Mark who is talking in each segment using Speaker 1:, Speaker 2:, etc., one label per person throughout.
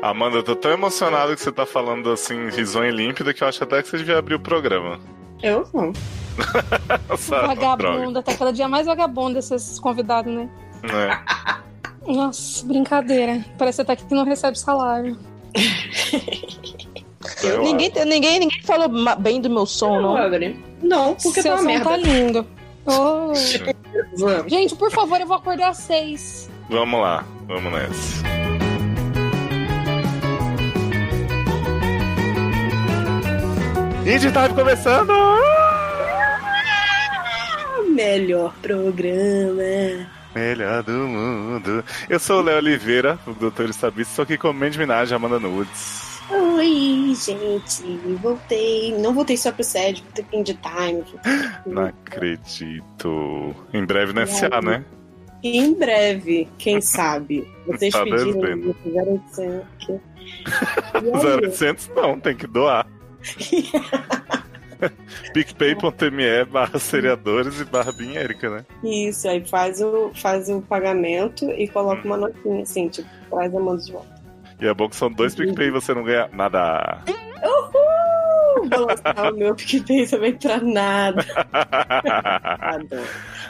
Speaker 1: Amanda, eu tô tão emocionado que você tá falando assim, risonho límpido, que eu acho até que você devia abrir o programa.
Speaker 2: Eu não.
Speaker 1: Sabe? Ah, Droga.
Speaker 2: Vagabunda, tá cada dia mais vagabunda esses convidados, né?
Speaker 1: É.
Speaker 2: Nossa, brincadeira. Parece até que não recebe salário.
Speaker 1: Então, eu
Speaker 3: Ninguém, te- ninguém, ninguém falou ma- bem do meu som, não.
Speaker 4: Pobre. Não, porque
Speaker 2: Seu
Speaker 4: tá uma
Speaker 2: som tá
Speaker 4: merda.
Speaker 2: lindo. Oh.
Speaker 4: é Vamos.
Speaker 2: Gente, por favor, eu vou acordar às seis.
Speaker 1: acho- Vamos lá, vamos nessa. Indie Time tá começando!
Speaker 4: Melhor programa.
Speaker 1: Melhor do mundo. Eu sou o Léo Oliveira, o Doutor Estabício, sou aqui com Mandy Minaj, Amanda Nudes.
Speaker 4: Oi, gente. Voltei. Não voltei só pro SED, voltei pro Indie Time.
Speaker 1: Não acredito. Em breve no SA, né?
Speaker 4: E em breve, quem sabe? Vocês
Speaker 1: Tá
Speaker 4: pediram
Speaker 1: devendo.
Speaker 4: não fizeram isso aqui. E é aí,
Speaker 1: 0800 não, tem que doar. PicPay.me barra seriadores e barra Bin Erika, né?
Speaker 4: Isso, aí faz o, faz o pagamento e coloca uma notinha, assim, tipo, traz a mão de volta.
Speaker 1: E é bom que são dois PicPay e você não ganha nada.
Speaker 4: Uhul! Vou lançar o meu PicPay, você vai entrar nada. nada.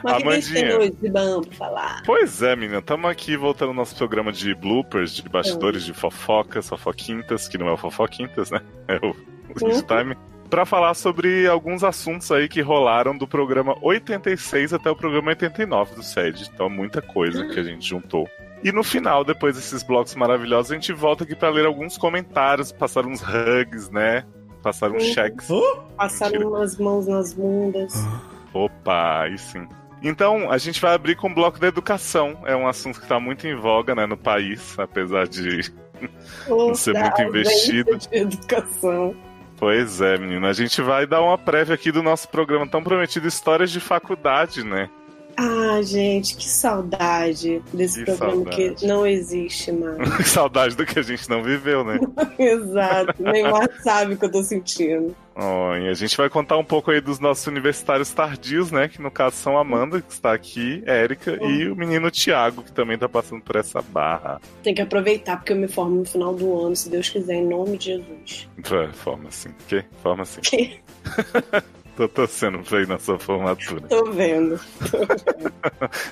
Speaker 4: Mas o que a gente tem
Speaker 1: Amandinha.
Speaker 4: hoje de bom pra falar?
Speaker 1: Pois é, menina, estamos aqui voltando ao nosso programa de bloopers, de bastidores, de fofocas, fofoquintas, que não é o fofoquintas, né? É o, o
Speaker 4: Uhum.
Speaker 1: time. Pra falar sobre alguns assuntos aí que rolaram do programa 86 até o programa 89 do SED. Então, muita coisa que a gente juntou. E no final, depois desses blocos maravilhosos, a gente volta aqui pra ler alguns comentários, passar uns hugs, né? Passar uns
Speaker 4: Uhum.
Speaker 1: cheques.
Speaker 4: Passaram
Speaker 1: Mentira. Ah,
Speaker 4: umas mãos nas bundas.
Speaker 1: Opa, aí sim. Então, a gente vai abrir com o bloco da educação. É um assunto que está muito em voga né, no país, apesar de.
Speaker 4: Ou
Speaker 1: ser
Speaker 4: da
Speaker 1: é muito
Speaker 4: ausência
Speaker 1: investido.
Speaker 4: De educação.
Speaker 1: Pois é, menina. A gente vai dar uma prévia aqui do nosso programa tão prometido Histórias de Faculdade, né?
Speaker 4: Ah, gente, que saudade desse
Speaker 1: Que
Speaker 4: programa
Speaker 1: saudade.
Speaker 4: que não existe mais.
Speaker 1: Que Saudade do que a gente não viveu, né?
Speaker 4: Exato. Neymar sabe o que eu tô sentindo.
Speaker 1: Ó, e a gente vai contar um pouco aí dos nossos universitários tardios, né? Que no caso são a Amanda, que está aqui, Érica, e o menino Tiago, que também tá passando por essa barra.
Speaker 4: Tem que aproveitar, porque eu me formo no final do ano, se Deus quiser, em nome de Jesus.
Speaker 1: Forma assim, que? Forma assim.
Speaker 4: Que?
Speaker 1: Tô torcendo pra ir na sua formatura.
Speaker 4: Tô vendo.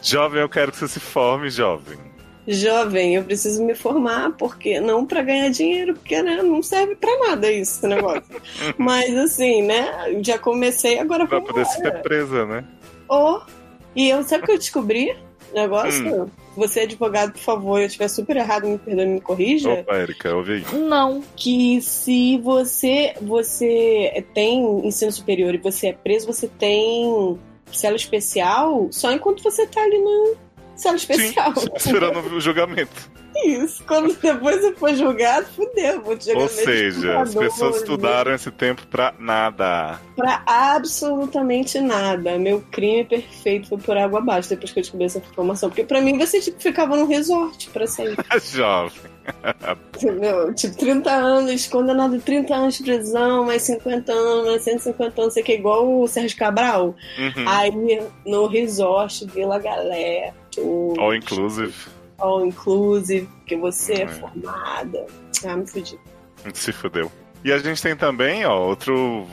Speaker 1: Jovem, eu quero que você se forme, jovem.
Speaker 4: Jovem, eu preciso me formar, porque não pra ganhar dinheiro, porque né, não serve pra nada isso, esse negócio. Mas assim, né? Já comecei, agora
Speaker 1: Pra
Speaker 4: vamos
Speaker 1: poder ser presa, né?
Speaker 4: Ó, E eu, sabe o que eu descobri? O Negócio?
Speaker 1: Hum.
Speaker 4: Você, advogado, por favor, eu estiver super errado, me perdoe, me corrija.
Speaker 1: Opa, Erika, ouve aí.
Speaker 3: Não.
Speaker 4: que se você você tem ensino superior e você é preso, você tem cela especial só enquanto você tá ali na cela especial.
Speaker 1: Sim, esperando o julgamento.
Speaker 4: Isso. Quando depois você for julgado, fudeu, vou te jogar
Speaker 1: Ou
Speaker 4: no meio do
Speaker 1: seja, as
Speaker 4: computador,
Speaker 1: pessoas
Speaker 4: vou-
Speaker 1: estudaram esse tempo pra nada.
Speaker 4: Pra absolutamente nada. Meu crime perfeito foi por água abaixo depois que eu descobri essa informação. Porque pra mim você tipo, ficava num resort pra sair.
Speaker 1: Jovem.
Speaker 4: Entendeu? Tipo, 30 anos, condenado a 30 anos de prisão, mais 50 anos, mais 150 anos, sei que é igual o Sérgio Cabral.
Speaker 1: Uhum.
Speaker 4: Aí no resort Vila Galé, o
Speaker 1: All inclusive.
Speaker 4: all inclusive, que você é
Speaker 1: Hum.
Speaker 4: formada. Ah, me fudi.
Speaker 1: A gente Se fudeu. E a gente tem também, ó, outro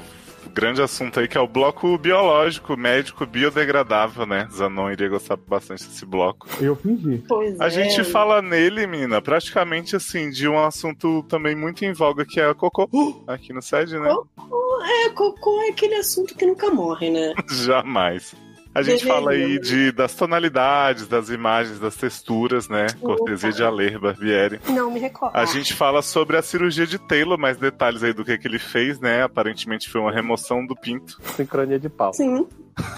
Speaker 1: grande assunto aí que é o bloco biológico, médico biodegradável, né? Zanon iria gostar bastante desse bloco.
Speaker 5: Eu fingi.
Speaker 4: Pois
Speaker 1: A
Speaker 4: é.
Speaker 1: gente fala nele, menina, praticamente assim, de um assunto também muito em voga, que é a cocô. Aqui no sede, né?
Speaker 4: Cocô é, cocô é aquele assunto que nunca morre, né?
Speaker 1: Jamais. A gente
Speaker 4: Deveria,
Speaker 1: fala aí
Speaker 4: né?
Speaker 1: de, das tonalidades, das imagens, das texturas, né? Cortesia de Aler Barbieri.
Speaker 2: Não me recordo.
Speaker 4: Ah.
Speaker 1: A gente fala sobre a cirurgia de Taylor, mais detalhes aí do que, que ele fez, né? Aparentemente foi uma remoção do pinto.
Speaker 5: Sincronia de pau.
Speaker 4: Sim.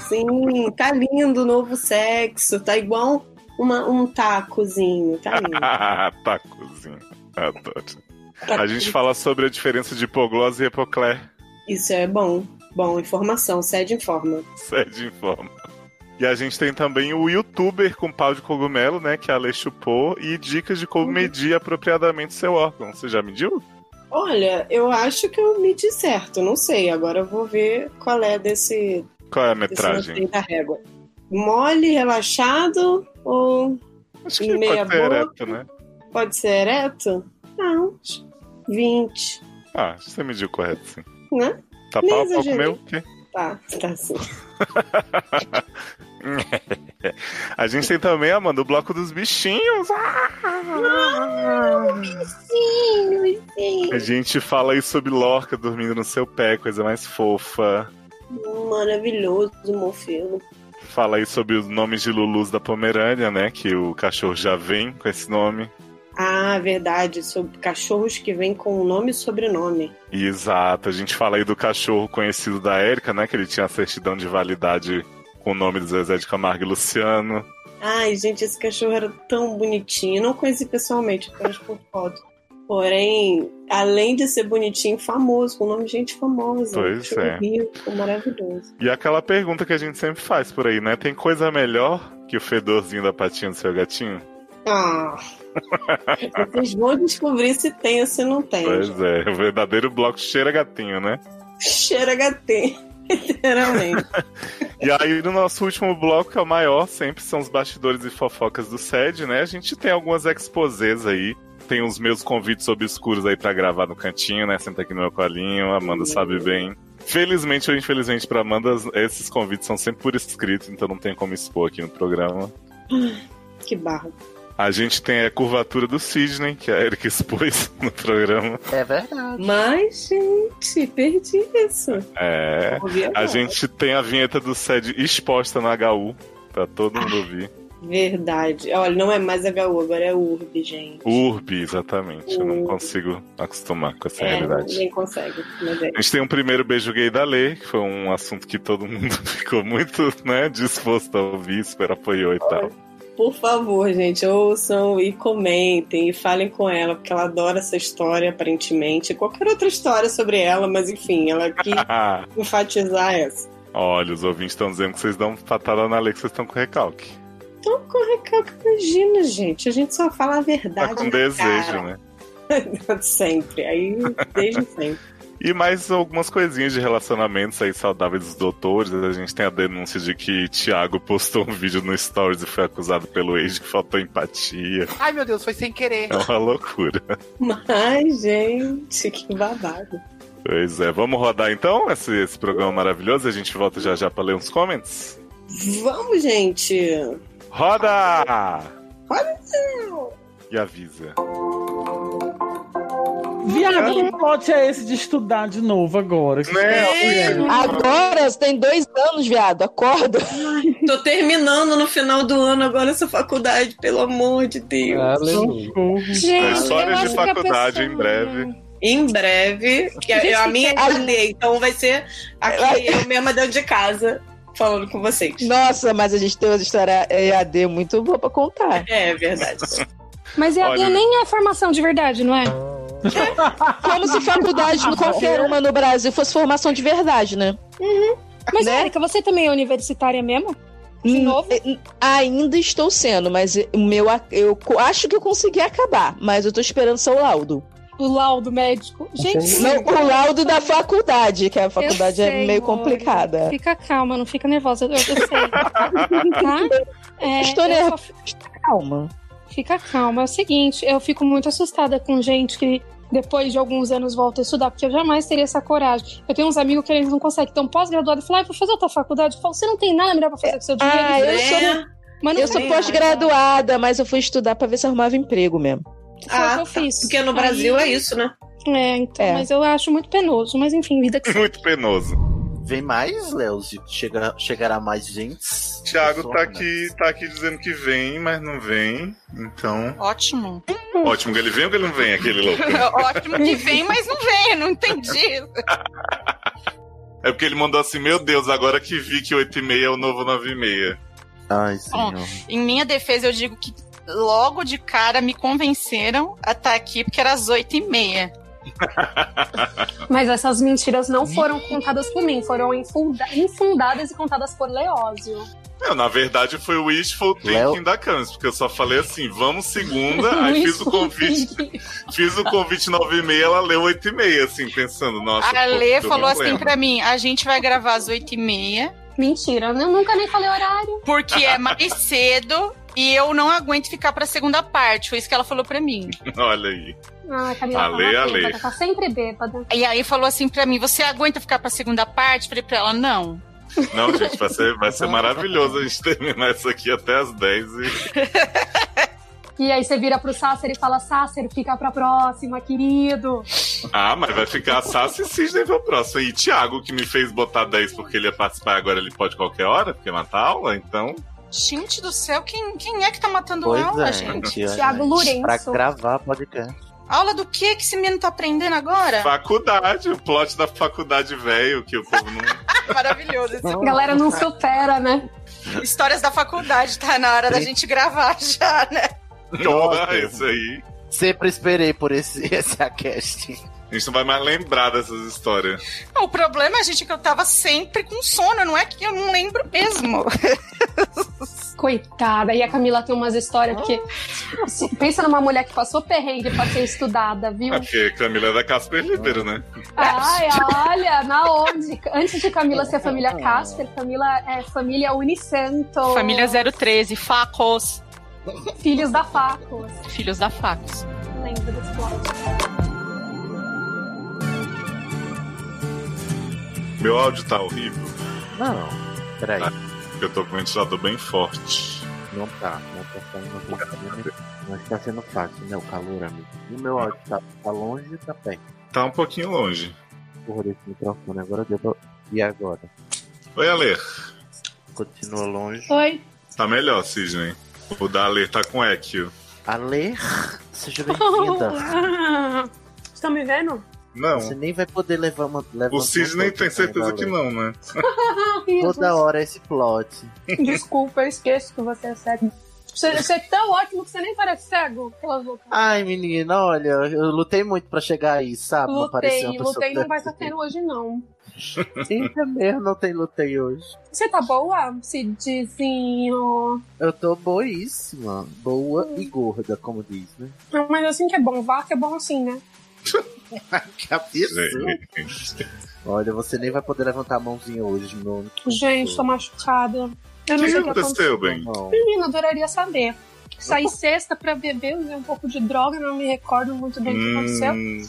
Speaker 4: Sim, tá lindo o novo sexo, tá igual uma, um tacozinho, tá lindo.
Speaker 1: tá, cozinha. Adoro. A gente fala sobre a diferença de hipoglose e epoclé.
Speaker 4: Isso é bom. Bom, informação, sede informa.
Speaker 1: Sede informa. E a gente tem também o youtuber com pau de cogumelo, né? Que a Lê chupou. E dicas de
Speaker 4: Uhum.
Speaker 1: como medir apropriadamente seu órgão. Você já mediu?
Speaker 4: Olha, eu acho que eu medi certo, não sei. Agora eu vou ver qual é desse,
Speaker 1: Qual é a
Speaker 4: Esse não
Speaker 1: metragem?
Speaker 4: tem da régua. Mole, relaxado ou
Speaker 1: Acho
Speaker 4: Meia
Speaker 1: pode ser
Speaker 4: boca.
Speaker 1: ereto, né?
Speaker 4: pode ser ereto? Não. 20.
Speaker 1: Ah, você mediu correto, sim.
Speaker 4: Né?
Speaker 1: Tá
Speaker 4: Nem
Speaker 1: pau a pau com o
Speaker 4: exagerei.
Speaker 1: meu? Ok.
Speaker 4: Tá, tá sim.
Speaker 1: A gente tem também, Amanda, o bloco dos bichinhos. Ah!
Speaker 4: Sim, sim.
Speaker 1: A gente fala aí sobre Lorca dormindo no seu pé, coisa mais fofa.
Speaker 4: Maravilhoso, Morfeu.
Speaker 1: Fala aí sobre os nomes de Lulus da Pomerânia, né? Que o cachorro já vem com esse nome.
Speaker 4: Ah, verdade. Sobre cachorros que vêm com nome e sobrenome.
Speaker 1: E, Exato, a gente fala aí do cachorro conhecido da Érica, né? Que ele tinha a certidão de validade com o nome do Zezé de Camargo e Luciano.
Speaker 4: Ai, gente, esse cachorro era tão bonitinho. Eu não conheci pessoalmente, apenas por foto. Porém, além de ser bonitinho, famoso, com nome de gente famosa.
Speaker 1: Pois
Speaker 4: cachorro
Speaker 1: é.
Speaker 4: rico, maravilhoso.
Speaker 1: E aquela pergunta que a gente sempre faz por aí, né? Tem coisa melhor que o fedorzinho da patinha do seu gatinho?
Speaker 4: Ah, vocês vão descobrir se tem ou se não tem.
Speaker 1: Pois é, o verdadeiro bloco cheira gatinho, né?
Speaker 4: Cheira gatinho, literalmente.
Speaker 1: E aí, no nosso último bloco, que é o maior, sempre são os bastidores e fofocas do SED, né? A gente tem algumas exposés aí. Tem os meus convites obscuros aí pra gravar no cantinho, né? Senta aqui no meu colinho, a Amanda
Speaker 4: Sim.
Speaker 1: sabe bem. Felizmente ou infelizmente pra Amanda, esses convites são sempre por escrito, então não tem como expor aqui no programa.
Speaker 4: que barro.
Speaker 1: A gente tem a curvatura do Sidney, que a Erika expôs no programa.
Speaker 5: É verdade.
Speaker 4: Mas, gente, perdi isso.
Speaker 1: É.
Speaker 4: Ouvi
Speaker 1: A
Speaker 4: agora.
Speaker 1: gente tem a vinheta do SED exposta na HU, pra todo mundo ouvir.
Speaker 4: Verdade. Olha, não é mais HU, agora é URB, gente.
Speaker 1: URB, exatamente. Eu não
Speaker 4: Urb.
Speaker 1: consigo acostumar com essa
Speaker 4: é,
Speaker 1: realidade.
Speaker 4: ninguém consegue. Mas é.
Speaker 1: A gente tem um primeiro beijo gay da Lê, que foi um assunto que todo mundo ficou muito né, disposto a ouvir, super apoiou e tal.
Speaker 4: Por favor, gente, ouçam e comentem e falem com ela, porque ela adora essa história, aparentemente. Qualquer outra história sobre ela, mas enfim, ela quis
Speaker 1: Ah,
Speaker 4: enfatizar essa.
Speaker 1: olha, os ouvintes estão dizendo que vocês dão patada na Lê, que vocês estão com recalque.
Speaker 4: Então, com recalque, imagina, gente. A gente só fala a
Speaker 1: Tá
Speaker 4: verdade.
Speaker 1: com
Speaker 4: na
Speaker 1: desejo,
Speaker 4: cara.
Speaker 1: né?
Speaker 4: Sempre. Aí, desde sempre.
Speaker 1: E mais algumas coisinhas de relacionamentos aí saudáveis dos doutores. A gente tem a denúncia de que Thiago postou um vídeo no Stories e foi acusado pelo ex de que faltou empatia.
Speaker 5: Ai, meu Deus, foi sem querer.
Speaker 1: É uma loucura.
Speaker 4: Mas, gente, que babado.
Speaker 1: Pois é, vamos rodar então esse, esse programa maravilhoso. A gente volta já já pra ler uns comments.
Speaker 4: Vamos, gente.
Speaker 1: Roda!
Speaker 4: Roda!
Speaker 1: E avisa.
Speaker 6: Viado, que plot é esse de estudar de novo agora? É. Que
Speaker 1: Né?
Speaker 6: estranho.
Speaker 3: Agora, você tem dois anos, viado. Acorda.
Speaker 4: Tô terminando no final do ano agora essa faculdade, pelo amor de Deus.
Speaker 5: Aleluia.
Speaker 6: Socorro.
Speaker 1: É
Speaker 2: Gente,
Speaker 1: história
Speaker 2: eu
Speaker 1: de
Speaker 2: acho que a
Speaker 1: faculdade
Speaker 2: pessoa-
Speaker 1: em breve.
Speaker 4: Em breve, que a, a minha é
Speaker 3: A-
Speaker 4: EAD, então vai ser aqui eu mesma dentro de casa falando com vocês.
Speaker 3: Nossa, mas a gente tem uma história EAD muito boa pra contar.
Speaker 4: É verdade.
Speaker 2: Mas EAD
Speaker 1: Olha-
Speaker 2: nem é formação de verdade, não é?
Speaker 3: Como se faculdade, no qualquer uma no Brasil, fosse formação de verdade, né?
Speaker 2: Mas,
Speaker 3: Né?
Speaker 2: Érica, você também é universitária mesmo? De
Speaker 3: Hum,
Speaker 2: novo?
Speaker 3: eh, Ainda estou sendo, mas o meu, ac- eu co- acho que eu consegui acabar, mas eu tô esperando só o laudo.
Speaker 2: O laudo médico? Gente,
Speaker 3: Não, o laudo da faculdade, que a faculdade
Speaker 2: Eu
Speaker 3: é
Speaker 2: sei,
Speaker 3: meio
Speaker 2: Mori.
Speaker 3: complicada.
Speaker 2: Fica calma, não fica nervosa. Eu, eu sei. tá? É,
Speaker 3: Estou
Speaker 2: eu
Speaker 3: nervosa.
Speaker 2: só fi-
Speaker 3: Calma.
Speaker 2: Fica calma. É o seguinte, eu fico muito assustada com gente que depois de alguns anos volta a estudar, porque eu jamais teria essa coragem. Eu tenho uns amigos que eles não conseguem, estão pós-graduados e falam, ah, vou fazer outra faculdade. Eu falo, você não tem nada melhor pra fazer com seu dinheiro.
Speaker 4: É,
Speaker 3: Ah, eu sou,
Speaker 2: Mas não
Speaker 3: eu sou
Speaker 2: tem nada.
Speaker 3: pós-graduada, mas eu fui estudar pra ver se arrumava emprego mesmo.
Speaker 2: Foi o
Speaker 4: Ah,
Speaker 2: que eu fiz.
Speaker 4: porque no Brasil é isso, né?
Speaker 2: isso. É, então,
Speaker 3: É.
Speaker 2: mas eu acho muito penoso. Mas enfim, vida que
Speaker 1: Muito penoso.
Speaker 5: Vem mais, Léo? Chega, chegará mais gente?
Speaker 1: Thiago tá
Speaker 5: Pessoa,
Speaker 1: aqui,
Speaker 5: né?
Speaker 1: tá aqui dizendo que vem, mas não vem. Então.
Speaker 7: Ótimo.
Speaker 1: Ótimo que ele vem ou que ele não vem, aquele louco.
Speaker 7: Ótimo que vem, mas não vem, não entendi.
Speaker 1: É porque ele mandou assim, meu Deus, agora que vi que 8,5 é o novo 9,6.
Speaker 5: Ai, senhor.
Speaker 7: Em minha defesa, eu digo que logo de cara me convenceram a estar aqui porque era às oito e meia.
Speaker 2: Mas essas mentiras não foram contadas por mim, foram infunda- infundadas e contadas por Leózio.
Speaker 1: Não, na verdade foi o wishful thinking
Speaker 5: Léo-
Speaker 1: da Camis, porque eu só falei assim, vamos segunda, aí fiz o convite, fiz o convite 9,6, ela leu 8,5, assim, pensando, nossa.
Speaker 7: a
Speaker 1: pô,
Speaker 7: Lê
Speaker 1: tem um
Speaker 7: falou assim
Speaker 1: problema.
Speaker 7: pra mim: a gente vai gravar às oito e meia,
Speaker 2: Mentira, eu nunca nem falei horário.
Speaker 7: porque é mais cedo E eu não aguento ficar pra segunda parte. Foi isso que ela falou pra mim.
Speaker 1: Olha aí.
Speaker 2: Ah, Camila
Speaker 1: Ale,
Speaker 2: tá, uma
Speaker 1: ale.
Speaker 2: bêbada, tá sempre bêbada.
Speaker 7: E aí falou assim pra mim: Você aguenta ficar pra segunda parte? Falei pra ela: Não.
Speaker 1: Não, gente, vai ser, vai ser maravilhoso a gente terminar isso aqui até as 10 e.
Speaker 2: E aí você vira pro Sácer e fala, Sácer, fica pra próxima, querido.
Speaker 1: Ah, mas vai ficar Sassi e Cisne pra próxima. E Thiago, que me fez botar 10 porque ele ia participar agora, ele pode qualquer hora, porque mata a aula, então.
Speaker 7: Gente do céu, quem, quem é que tá matando
Speaker 5: Pois
Speaker 7: aula,
Speaker 5: é,
Speaker 7: gente?
Speaker 5: gente. olha,
Speaker 2: Thiago Lourenço.
Speaker 5: Pra gravar podcast.
Speaker 7: Aula do que que esse menino tá aprendendo agora?
Speaker 1: Faculdade, o plot da faculdade velho, que o povo não.
Speaker 7: Maravilhoso. esse-
Speaker 2: A galera não supera, né?
Speaker 7: Histórias da faculdade, tá na hora da gente gravar já, né?
Speaker 1: Porra, isso aí.
Speaker 5: Sempre esperei por esse, esse acast.
Speaker 1: A gente não vai mais lembrar dessas histórias.
Speaker 7: O problema, gente, é que eu tava sempre com sono, não é que eu não lembro mesmo.
Speaker 2: Coitada. E a Camila tem umas histórias, porque... Nossa, pensa numa mulher que passou perrengue pra ser estudada, viu?
Speaker 1: É porque Camila é da Casper Libero, né?
Speaker 2: Ai, olha, na onde? Antes de Camila ser família Casper, Camila é família Unisanto.
Speaker 7: Família 013, Facos,
Speaker 2: Filhos da Facos.
Speaker 7: Filhos da Facos.
Speaker 2: Lembra desse plot.
Speaker 1: Meu áudio tá horrível,
Speaker 5: Não, peraí.
Speaker 1: porque eu tô com o ventilador bem forte.
Speaker 5: Não tá. Não tá saindo não tá saindo. Mas tá sendo fácil, né? O calor, amigo. E o meu áudio tá, tá longe e tá perto.
Speaker 1: Tá um pouquinho longe.
Speaker 5: Porra desse microfone. Agora deu pra... E agora?
Speaker 1: Oi, Ale.
Speaker 5: Continua longe.
Speaker 2: Oi.
Speaker 1: Tá melhor, Cisne. O da Ale tá com equio.
Speaker 5: Ale, seja bem-vinda.
Speaker 2: Estão me vendo?
Speaker 1: Não.
Speaker 5: Você nem vai poder levar uma... levantar um
Speaker 1: O
Speaker 5: uma
Speaker 2: um
Speaker 1: Cisne
Speaker 5: coisa
Speaker 1: tem certeza
Speaker 5: ainda,
Speaker 1: que
Speaker 5: Ale.
Speaker 1: não, né?
Speaker 2: Ah,
Speaker 5: Toda hora esse plot.
Speaker 2: Desculpa, eu esqueço que você é cego. Você, você é tão ótimo que você nem parece cego. Cala a boca.
Speaker 5: Ai, menina, olha, eu lutei muito pra chegar aí, sabe? Pra Ah, aparecer
Speaker 2: Lutei,
Speaker 5: uma pessoa
Speaker 2: lutei não vai estar
Speaker 5: dessa.
Speaker 2: tendo hoje, não.
Speaker 5: Eita mesmo, não tem lutei hoje.
Speaker 2: Você tá boa, Cidzinho?
Speaker 5: Eu tô boíssima. Boa e gorda, como diz, né?
Speaker 2: Não, mas assim que é bom, vaca é bom assim, né?
Speaker 5: Que absurdo.
Speaker 1: Gente.
Speaker 5: Olha, você nem vai poder levantar a mãozinha hoje, meu.
Speaker 2: Gente, tô machucada. Eu
Speaker 1: O
Speaker 2: não
Speaker 1: que
Speaker 2: sei o que
Speaker 1: aconteceu,
Speaker 2: aconteceu.
Speaker 1: Ben?
Speaker 5: Não.
Speaker 2: Menina, adoraria saber. Saí sexta pra beber, usei um pouco de droga, não me recordo muito bem o que aconteceu.
Speaker 1: Hum,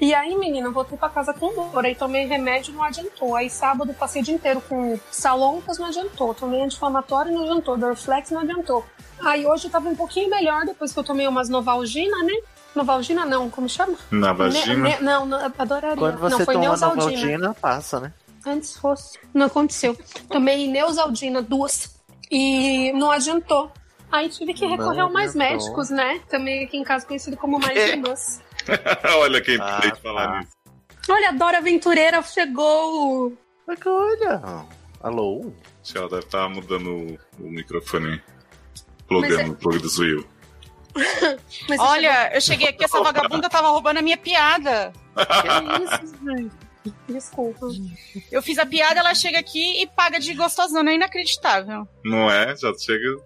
Speaker 2: E aí, menina, voltei pra casa com dor. Aí tomei remédio, não adiantou. Aí sábado passei o dia inteiro com salonpas, não adiantou. Tomei anti-inflamatório, não adiantou. Dorflex, não adiantou. Aí hoje eu tava um pouquinho melhor depois que eu tomei umas Novalgina, né? Novalgina não, como chama?
Speaker 1: na
Speaker 2: Ne-
Speaker 5: né?
Speaker 1: vagina.
Speaker 2: ne- não, não, eu adoraria.
Speaker 5: Quando você
Speaker 2: não, foi
Speaker 5: toma
Speaker 2: Neusaldina.
Speaker 5: Novaldina, passa, né?
Speaker 2: Antes fosse. Não aconteceu. Tomei Neusaldina, duas. E não adiantou. Aí tive que
Speaker 5: Não
Speaker 2: recorrer a mais
Speaker 5: adiantou.
Speaker 2: médicos, né? Também aqui em casa conhecido como mais
Speaker 4: É.
Speaker 2: irmãs.
Speaker 1: Olha quem
Speaker 5: Ah,
Speaker 1: tem que falar
Speaker 5: tá.
Speaker 1: nisso.
Speaker 2: Olha, a Dora Aventureira chegou!
Speaker 5: Mas que olha. Alô?
Speaker 1: Acho que Ela deve estar mudando o, o microfone.
Speaker 2: Mas é
Speaker 1: Plugando o plug do Zuil.
Speaker 2: Mas você
Speaker 7: Olha, eu cheguei aqui, essa vagabunda tava roubando a minha piada.
Speaker 2: Que isso, gente? Desculpa.
Speaker 7: Eu fiz a piada, ela chega aqui e paga de gostosona, é inacreditável.
Speaker 1: Não é? Já chega.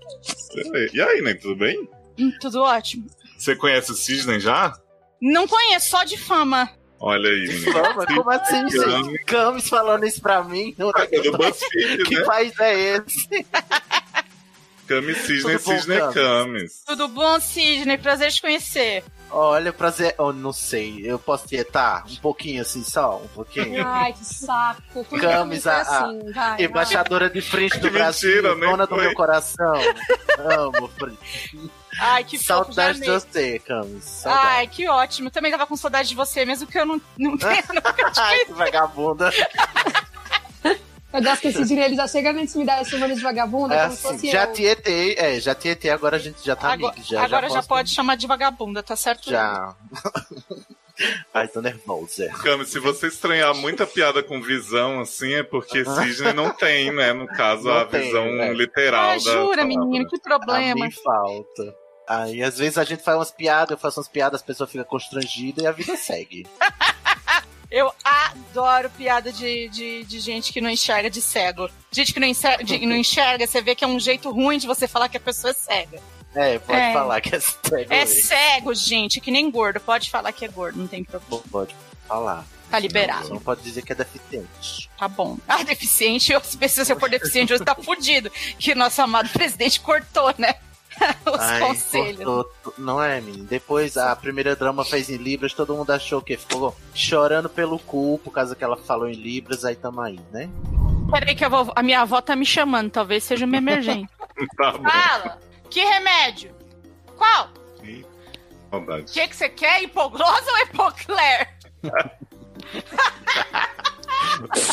Speaker 1: E aí, né? Tudo bem?
Speaker 7: Hum, Tudo ótimo.
Speaker 1: Você conhece o Cisne já?
Speaker 7: Não conheço, só de fama.
Speaker 1: Olha aí, menino.
Speaker 5: Vamos, como assim, gente? Camis falando isso pra mim?
Speaker 1: É do BuzzFeed,
Speaker 5: Que
Speaker 1: né?
Speaker 5: país é esse?
Speaker 1: Camis Cisne,
Speaker 5: Tudo bom,
Speaker 1: Cisne
Speaker 5: Camis?
Speaker 1: Camis.
Speaker 7: Tudo bom, Sidney? Prazer te conhecer.
Speaker 5: Olha, prazer. Eu não sei. Eu posso tietar um pouquinho assim, só? Um pouquinho.
Speaker 2: Ai, que saco. Tudo
Speaker 5: Camisa,
Speaker 2: pra mim foi assim, vai.
Speaker 5: Embaixadora de frente do
Speaker 1: Mentira,
Speaker 5: Brasil,
Speaker 1: nem
Speaker 5: dona do
Speaker 1: foi.
Speaker 5: meu coração. Amo, Fritz.
Speaker 7: Ai, que fofo, já
Speaker 5: Saudade de
Speaker 7: amei.
Speaker 5: você, Camis. Saudade.
Speaker 7: Ai, que ótimo. Também tava com saudade de você, mesmo que eu não, não tenha.
Speaker 5: Ai, que vagabunda.
Speaker 2: vai. Eu gosto que esse dinheiro ele já chega na intimidade semana de vagabunda,
Speaker 5: É
Speaker 2: como se
Speaker 5: assim,
Speaker 2: fosse
Speaker 5: já
Speaker 2: eu.
Speaker 5: tietei, é, já tietei, agora a gente já tá
Speaker 7: agora
Speaker 5: amigo. Já,
Speaker 7: agora já,
Speaker 5: posso-
Speaker 7: pode chamar de vagabunda, tá certo?
Speaker 5: Já. Ai, tô nervosa.
Speaker 1: Camis, se você estranhar muita piada com visão, assim, é porque Cisne não tem, né? No caso,
Speaker 5: Não
Speaker 1: a
Speaker 5: tem,
Speaker 1: visão
Speaker 5: né?
Speaker 1: literal.
Speaker 7: Ah,
Speaker 1: da
Speaker 7: jura,
Speaker 1: palavra.
Speaker 7: menino, que
Speaker 5: A
Speaker 7: problema.
Speaker 5: mim falta. Aí, às vezes, a gente faz umas piadas, eu faço umas piadas, a pessoa fica constrangida e a vida segue.
Speaker 7: Eu adoro piada de, de, de gente que não enxerga de cego. Gente que não enxerga, de- não enxerga, você vê que é um jeito ruim de você falar que a pessoa é cega.
Speaker 5: É, pode
Speaker 7: É.
Speaker 5: falar que é cego.
Speaker 7: É
Speaker 5: mesmo.
Speaker 7: cego, gente, que nem gordo. Pode falar que é gordo, não tem problema.
Speaker 5: Pode falar.
Speaker 7: Tá liberado.
Speaker 5: Você não pode dizer que é deficiente.
Speaker 7: Tá bom. Ah, deficiente, eu, se eu for deficiente, você tá fudido. Que nosso amado presidente cortou, né? Os
Speaker 5: Ai,
Speaker 7: conselhos.
Speaker 5: cortou tu- não é, menino? Depois a primeira drama fez em Libras, todo mundo achou que ficou chorando pelo cu por causa que ela falou em Libras, aí tamo aí, né?
Speaker 8: Peraí que a, vovó- a minha avó tá me chamando, talvez seja uma emergência.
Speaker 1: Tá bom.
Speaker 5: Ah,
Speaker 7: Fala! Que remédio? Qual? O
Speaker 1: Saudade.
Speaker 7: que que você quer? Hipogloss ou Epocler?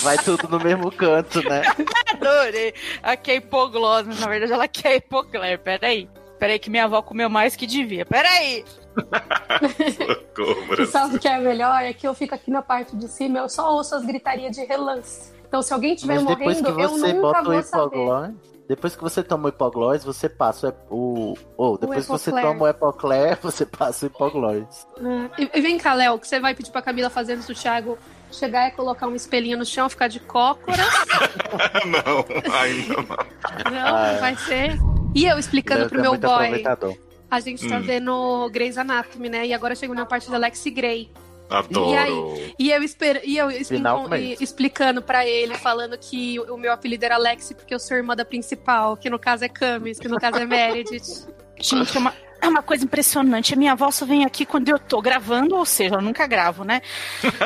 Speaker 5: Vai tudo no mesmo canto, né?
Speaker 8: Adorei. Aqui é hipogloss, mas na verdade ela quer hipocler. Peraí. Peraí que minha avó comeu mais que devia. Peraí.
Speaker 1: Socorro,
Speaker 2: E
Speaker 1: Brasil.
Speaker 2: sabe o que é melhor? É que eu fico aqui na parte de cima, eu só ouço as gritarias de relance. Então, se alguém estiver
Speaker 5: Mas depois
Speaker 2: morrendo,
Speaker 5: que você
Speaker 2: eu nunca
Speaker 5: bota o
Speaker 2: vou saber.
Speaker 5: hipoglós, depois que você toma o hipoglós, você passa o ep- o. Ou depois que você
Speaker 2: Epocler.
Speaker 5: toma o epocler, você passa o hipoglós.
Speaker 2: E, e vem cá, Léo, que você vai pedir pra Camila fazer isso, o Thiago chegar e colocar um espelhinho no chão, ficar de cócora.
Speaker 1: Não, ainda não.
Speaker 2: Não,
Speaker 5: Ah, é.
Speaker 2: vai ser. E eu explicando
Speaker 5: Ele
Speaker 2: pro
Speaker 5: é
Speaker 2: meu
Speaker 5: muito
Speaker 2: boy.
Speaker 5: aproveitador.
Speaker 2: A gente tá
Speaker 1: Hum.
Speaker 2: vendo Grey's Anatomy, né? E agora chegou na parte da Lexi Grey. E
Speaker 1: Adoro.
Speaker 2: aí? E eu, esper... e eu expli-
Speaker 5: Finalmente.
Speaker 2: e- explicando pra ele, falando que o o meu apelido era Lexi porque eu sou irmã da principal, que no caso é Camis, que no caso é Meredith.
Speaker 8: Gente, é uma, é uma coisa impressionante. A minha avó só vem aqui quando eu tô gravando, ou seja, eu nunca gravo, né?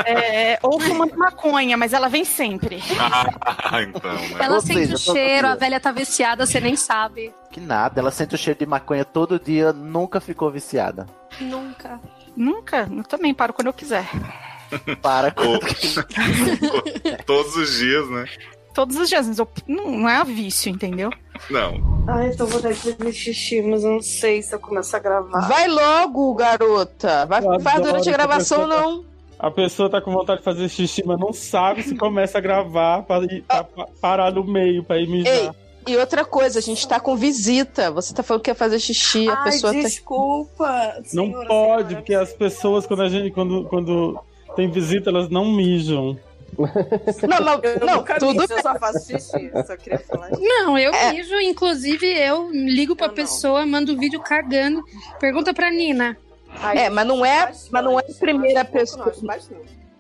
Speaker 8: É, ou fumando maconha, mas ela vem sempre.
Speaker 1: Ah, então, né?
Speaker 2: Ela
Speaker 5: Ou
Speaker 2: sente
Speaker 5: seja,
Speaker 2: o
Speaker 5: todo
Speaker 2: cheiro,
Speaker 5: dia.
Speaker 2: a velha tá viciada, você nem sabe.
Speaker 5: Que nada, ela sente o cheiro de maconha todo dia, nunca ficou viciada.
Speaker 2: Nunca.
Speaker 8: Nunca. Eu também paro quando eu quiser.
Speaker 5: Para com
Speaker 1: Ou- Todos os dias, né?
Speaker 8: Todos os dias, mas eu- não, não é vício, entendeu?
Speaker 1: Não.
Speaker 4: Ai, então eu tô vontade de fazer xixi, mas eu não sei se eu começo a gravar.
Speaker 3: Vai logo, garota. Vai,
Speaker 6: Eu
Speaker 3: vai
Speaker 6: adoro
Speaker 3: durante a
Speaker 6: essa
Speaker 3: gravação,
Speaker 6: pessoa.
Speaker 3: não.
Speaker 6: A pessoa tá com vontade de fazer xixi, mas não sabe se começa a gravar pra, ir- pra- pra parar no meio pra ir
Speaker 3: Ei,
Speaker 6: mijar.
Speaker 3: e outra coisa, a gente tá com visita. Você tá falando que ia fazer xixi, a
Speaker 4: Ai,
Speaker 3: pessoa tá.
Speaker 4: desculpa.
Speaker 6: não
Speaker 4: senhora,
Speaker 6: pode,
Speaker 4: senhora.
Speaker 6: porque as pessoas, quando a gente, quando, quando tem visita, elas não mijam.
Speaker 3: Não, mas,
Speaker 4: Eu
Speaker 3: não,
Speaker 4: nunca
Speaker 3: tudo
Speaker 4: vi, eu só faço xixi, eu só queria falar isso.
Speaker 2: Não, eu
Speaker 3: É.
Speaker 2: mijo, inclusive eu ligo pra
Speaker 4: Eu não.
Speaker 2: pessoa, mando o vídeo cagando. Pergunta pra Nina.
Speaker 4: Ai,
Speaker 3: É, mas não é, mas não é a primeira pessoa.
Speaker 4: Mas não.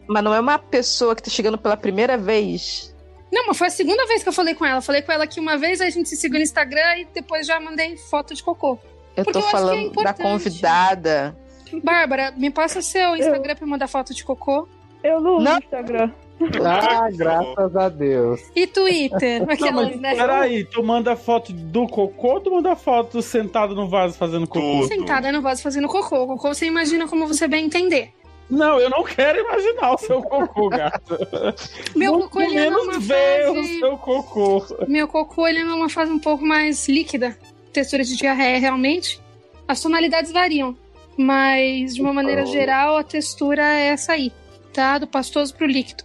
Speaker 3: Mas não é uma pessoa que tá chegando pela primeira vez.
Speaker 2: Não, mas foi a segunda vez que eu falei com ela. Falei com ela que uma vez a gente se seguiu no Instagram e depois já mandei foto de cocô.
Speaker 3: Eu
Speaker 2: Porque
Speaker 3: tô
Speaker 2: eu acho que é
Speaker 3: falando da
Speaker 2: importante.
Speaker 3: convidada.
Speaker 2: Bárbara, me passa seu Instagram pra eu mandar foto de cocô.
Speaker 9: Eu não uso
Speaker 3: Não.
Speaker 9: Instagram.
Speaker 10: Ah, graças a Deus.
Speaker 2: E Twitter.
Speaker 6: mas
Speaker 2: Aquelas, né?
Speaker 6: Peraí, tu manda foto do cocô ou tu manda foto sentado no vaso fazendo cocô?
Speaker 1: Tudo.
Speaker 2: Sentada no vaso fazendo cocô. Cocô você imagina como você bem entender.
Speaker 6: Não, eu não quero imaginar o seu cocô, gata.
Speaker 2: Meu
Speaker 6: Muito
Speaker 2: cocô ele é
Speaker 6: menos
Speaker 2: uma
Speaker 6: ver o
Speaker 2: fase...
Speaker 6: seu cocô.
Speaker 2: Meu cocô ele é uma fase um pouco mais líquida. Textura de diarreia, realmente. As tonalidades variam. Mas, de uma maneira geral, a textura é essa aí. Tá? Do pastoso pro líquido.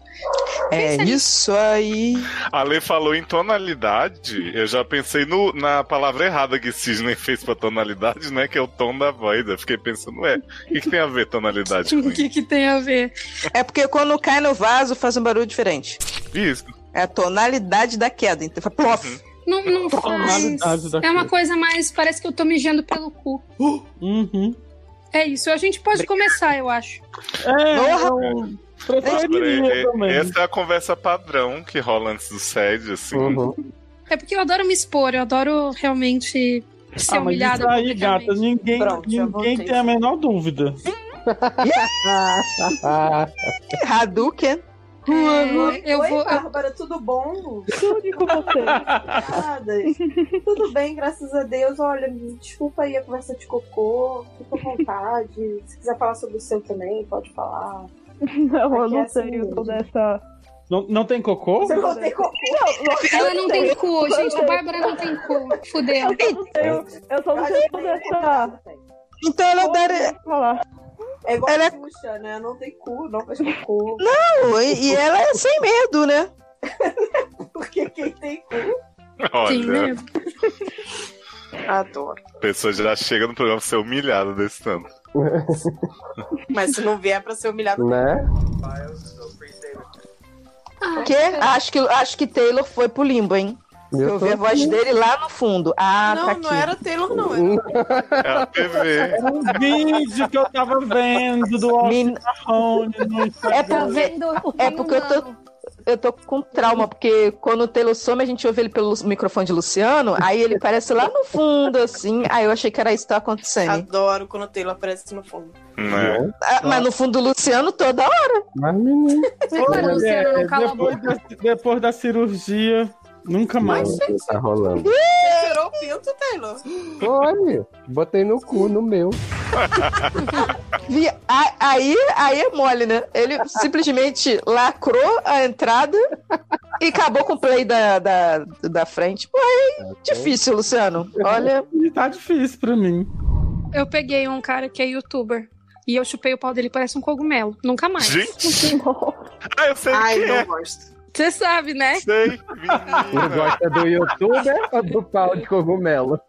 Speaker 3: É
Speaker 2: Pensa
Speaker 3: isso aí.
Speaker 1: A Lê falou em tonalidade. Eu já pensei no- na palavra errada que Sidney fez pra tonalidade, né? Que é o tom da voz. Eu fiquei pensando, ué, o que, que tem a ver tonalidade com
Speaker 2: O
Speaker 1: isso?
Speaker 2: que, que tem a ver?
Speaker 3: É porque quando cai no vaso faz um barulho diferente.
Speaker 1: Isso.
Speaker 3: É a tonalidade da queda. Então, fala, plof.
Speaker 2: Não, não faz.
Speaker 6: Tonalidade da
Speaker 2: É uma
Speaker 6: coisa.
Speaker 2: coisa mais. Parece que eu tô mijando pelo cu.
Speaker 6: Uhum.
Speaker 2: É isso. A gente pode começar, eu acho.
Speaker 6: É,
Speaker 3: Porra.
Speaker 6: eu preferiria
Speaker 1: É, é,
Speaker 6: também. Ah,
Speaker 1: essa é a conversa padrão que rola antes do SED, assim.
Speaker 10: Uhum.
Speaker 2: É porque eu adoro me expor, eu adoro realmente ser
Speaker 6: Ah, mas
Speaker 2: humilhada.
Speaker 6: isso aí,
Speaker 2: publicamente.
Speaker 6: gata, ninguém,
Speaker 4: Pronto, já
Speaker 6: ninguém
Speaker 4: voltei.
Speaker 6: tem a menor dúvida.
Speaker 10: Ah,
Speaker 3: Hadouken.
Speaker 6: né?
Speaker 2: É, eu
Speaker 4: Oi,
Speaker 2: vou. eu-
Speaker 4: Bárbara, tudo bom?
Speaker 9: Tudo com você.
Speaker 4: Nada. tudo bem, graças a Deus. Olha, me desculpa aí a conversa de cocô. Fica à vontade. Se quiser falar sobre o seu também, pode falar.
Speaker 9: Não, eu
Speaker 4: Aqui é
Speaker 9: não
Speaker 4: assim
Speaker 9: sei
Speaker 4: mesmo.
Speaker 9: toda essa.
Speaker 6: Não, não tem cocô? É
Speaker 4: Você não tem cocô.
Speaker 2: Ela não tem cu, gente. A Bárbara não tem cu. Fudeu.
Speaker 9: Eu, eu só não sei toda essa.
Speaker 3: Então ela
Speaker 9: coisa
Speaker 3: dá.
Speaker 9: pra falar.
Speaker 4: né? É igual
Speaker 3: Ela-
Speaker 4: a Xuxa, né? Não tem cu, não faz cocô.
Speaker 3: E, e ela é sem medo, né?
Speaker 4: Porque quem tem cu.
Speaker 2: Sim,
Speaker 1: Olha,
Speaker 2: né?
Speaker 4: Adoro.
Speaker 1: a pessoa já chega no programa pra ser humilhada desse tanto.
Speaker 4: Mas se não vier pra ser humilhado.
Speaker 10: né?
Speaker 4: Ah,
Speaker 3: Que?
Speaker 4: é
Speaker 3: Acho que, acho que Taylor foi pro limbo, hein? Eu
Speaker 10: tô
Speaker 3: vi a voz dele lá no fundo. Ah,
Speaker 4: não,
Speaker 3: tá aqui.
Speaker 4: não era Taylor, não. Era...
Speaker 1: É a TV.
Speaker 6: Era um vídeo que eu tava vendo do
Speaker 3: Min-
Speaker 6: Alcone no
Speaker 3: É
Speaker 6: Instagram.
Speaker 2: Tá
Speaker 3: porque,
Speaker 2: vendo o
Speaker 3: é porque eu tô- eu tô com trauma, porque quando o Taylor some, a gente ouve ele pelo microfone de Luciano, aí ele aparece lá no fundo, assim. Aí eu achei que era isso que tá acontecendo.
Speaker 4: Adoro quando o Taylor aparece no fundo.
Speaker 1: Né?
Speaker 3: Ah, mas no fundo do Luciano toda hora.
Speaker 6: Mas, menino.
Speaker 2: Cara,
Speaker 6: Olha,
Speaker 2: Luciano, não cala a
Speaker 6: depois, da, depois da cirurgia, nunca mais.
Speaker 10: Mas, gente, tá rolando.
Speaker 4: Você tirou o pinto, Taylor.
Speaker 10: Olha, botei no cu, no meu.
Speaker 3: Vi- a- Aí, aí é mole, né? Ele simplesmente lacrou a entrada e acabou com o play da, da, da frente. Pô, é difícil, Luciano. Olha.
Speaker 6: E tá difícil pra mim.
Speaker 2: Eu peguei um cara que é youtuber. E eu chupei o pau dele, parece um cogumelo. Nunca mais.
Speaker 1: Gente! ah, eu sei
Speaker 4: Ai,
Speaker 1: quem
Speaker 4: não
Speaker 1: é.
Speaker 4: gosto.
Speaker 2: Você sabe, né?
Speaker 1: Sei,
Speaker 10: Não
Speaker 1: menina.
Speaker 10: gosta do youtuber ou do pau de cogumelo?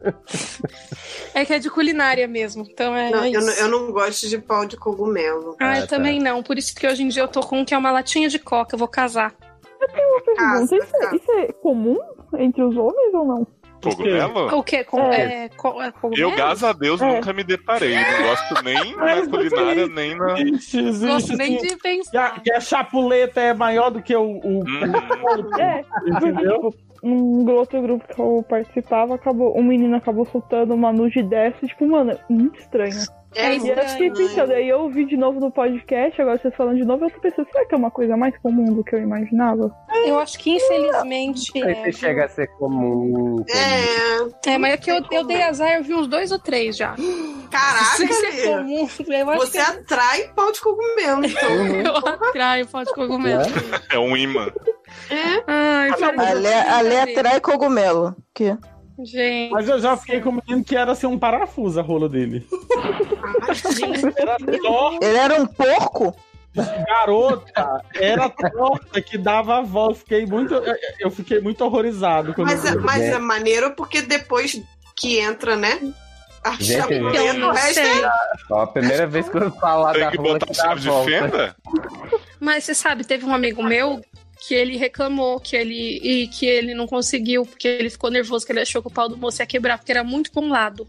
Speaker 2: É que é de culinária mesmo. Então é.
Speaker 4: Não,
Speaker 2: é
Speaker 4: eu, não-
Speaker 2: isso.
Speaker 4: eu não gosto de pau de cogumelo.
Speaker 2: Ah,
Speaker 10: Ah,
Speaker 2: eu
Speaker 10: tá.
Speaker 2: também não. Por isso que hoje em dia eu tô com um que é uma latinha de coca. Eu vou casar.
Speaker 9: Pergunta, isso, é- isso é comum entre os homens ou não?
Speaker 4: Ah.
Speaker 1: Cogumelo?
Speaker 2: O quê? Com, é.
Speaker 9: É.
Speaker 2: co- é cogumelo?
Speaker 1: Eu, graças a Deus,
Speaker 9: É.
Speaker 1: nunca me deparei. Não gosto nem na
Speaker 6: Mas não
Speaker 1: culinária,
Speaker 6: sei.
Speaker 1: nem na.
Speaker 6: Existe, existe,
Speaker 2: Gosto nem de
Speaker 6: sim. Que a,
Speaker 2: pensar.
Speaker 6: que a chapuleta é maior do que o. o-
Speaker 1: Hum,
Speaker 9: É,
Speaker 6: entendeu?
Speaker 9: um outro grupo que eu participava, acabou, um menino acabou soltando uma nude dessa, tipo, mano, muito estranho.
Speaker 2: É
Speaker 9: E eu fiquei
Speaker 4: né?
Speaker 9: pensando, aí eu ouvi de novo no podcast, agora vocês falando de novo, eu tô pensando, será que é uma coisa mais comum do que eu imaginava?
Speaker 2: Eu acho que infelizmente.
Speaker 4: Ah.
Speaker 10: Não sei se
Speaker 2: É,
Speaker 10: chega a ser comum. comum.
Speaker 5: né?
Speaker 4: É,
Speaker 2: É, mas é que eu, eu dei azar, eu vi uns dois ou três já.
Speaker 4: caraca,
Speaker 2: Sem
Speaker 11: é
Speaker 2: ser
Speaker 4: Lia.
Speaker 2: comum. Eu acho
Speaker 4: Ah, Você atrai pau de cogumelo, então.
Speaker 2: que eu
Speaker 9: Ah.
Speaker 2: atraio pó de cogumelo.
Speaker 1: é um imã.
Speaker 4: É.
Speaker 2: Ai, fala de
Speaker 3: A Lé,
Speaker 2: outra
Speaker 3: a Lé
Speaker 2: vida,
Speaker 3: atrai cogumelo. Que?
Speaker 2: Gente.
Speaker 6: Mas eu já fiquei com o menino que era assim um parafuso a rola dele. Era torta,
Speaker 3: Ele era um porco?
Speaker 6: garota. Era torta que dava a volta. Fiquei muito, eu fiquei muito horrorizado quando
Speaker 4: Mas, é,
Speaker 6: eu vi.
Speaker 4: mas é maneiro porque depois que entra, né? A
Speaker 10: Gente,
Speaker 2: Eu
Speaker 4: chapuleta, o
Speaker 2: não
Speaker 4: resto é
Speaker 2: sei.
Speaker 10: Ó, a primeira vez que eu
Speaker 5: Ah,
Speaker 10: falar da
Speaker 1: Tem que
Speaker 10: rola
Speaker 1: botar
Speaker 10: que dá a
Speaker 1: chave de
Speaker 10: volta.
Speaker 1: fenda?
Speaker 2: Mas você sabe, teve um amigo meu que ele reclamou que ele e que ele não conseguiu, porque ele ficou nervoso, que ele achou que o pau do moço ia quebrar, porque era muito pra um lado.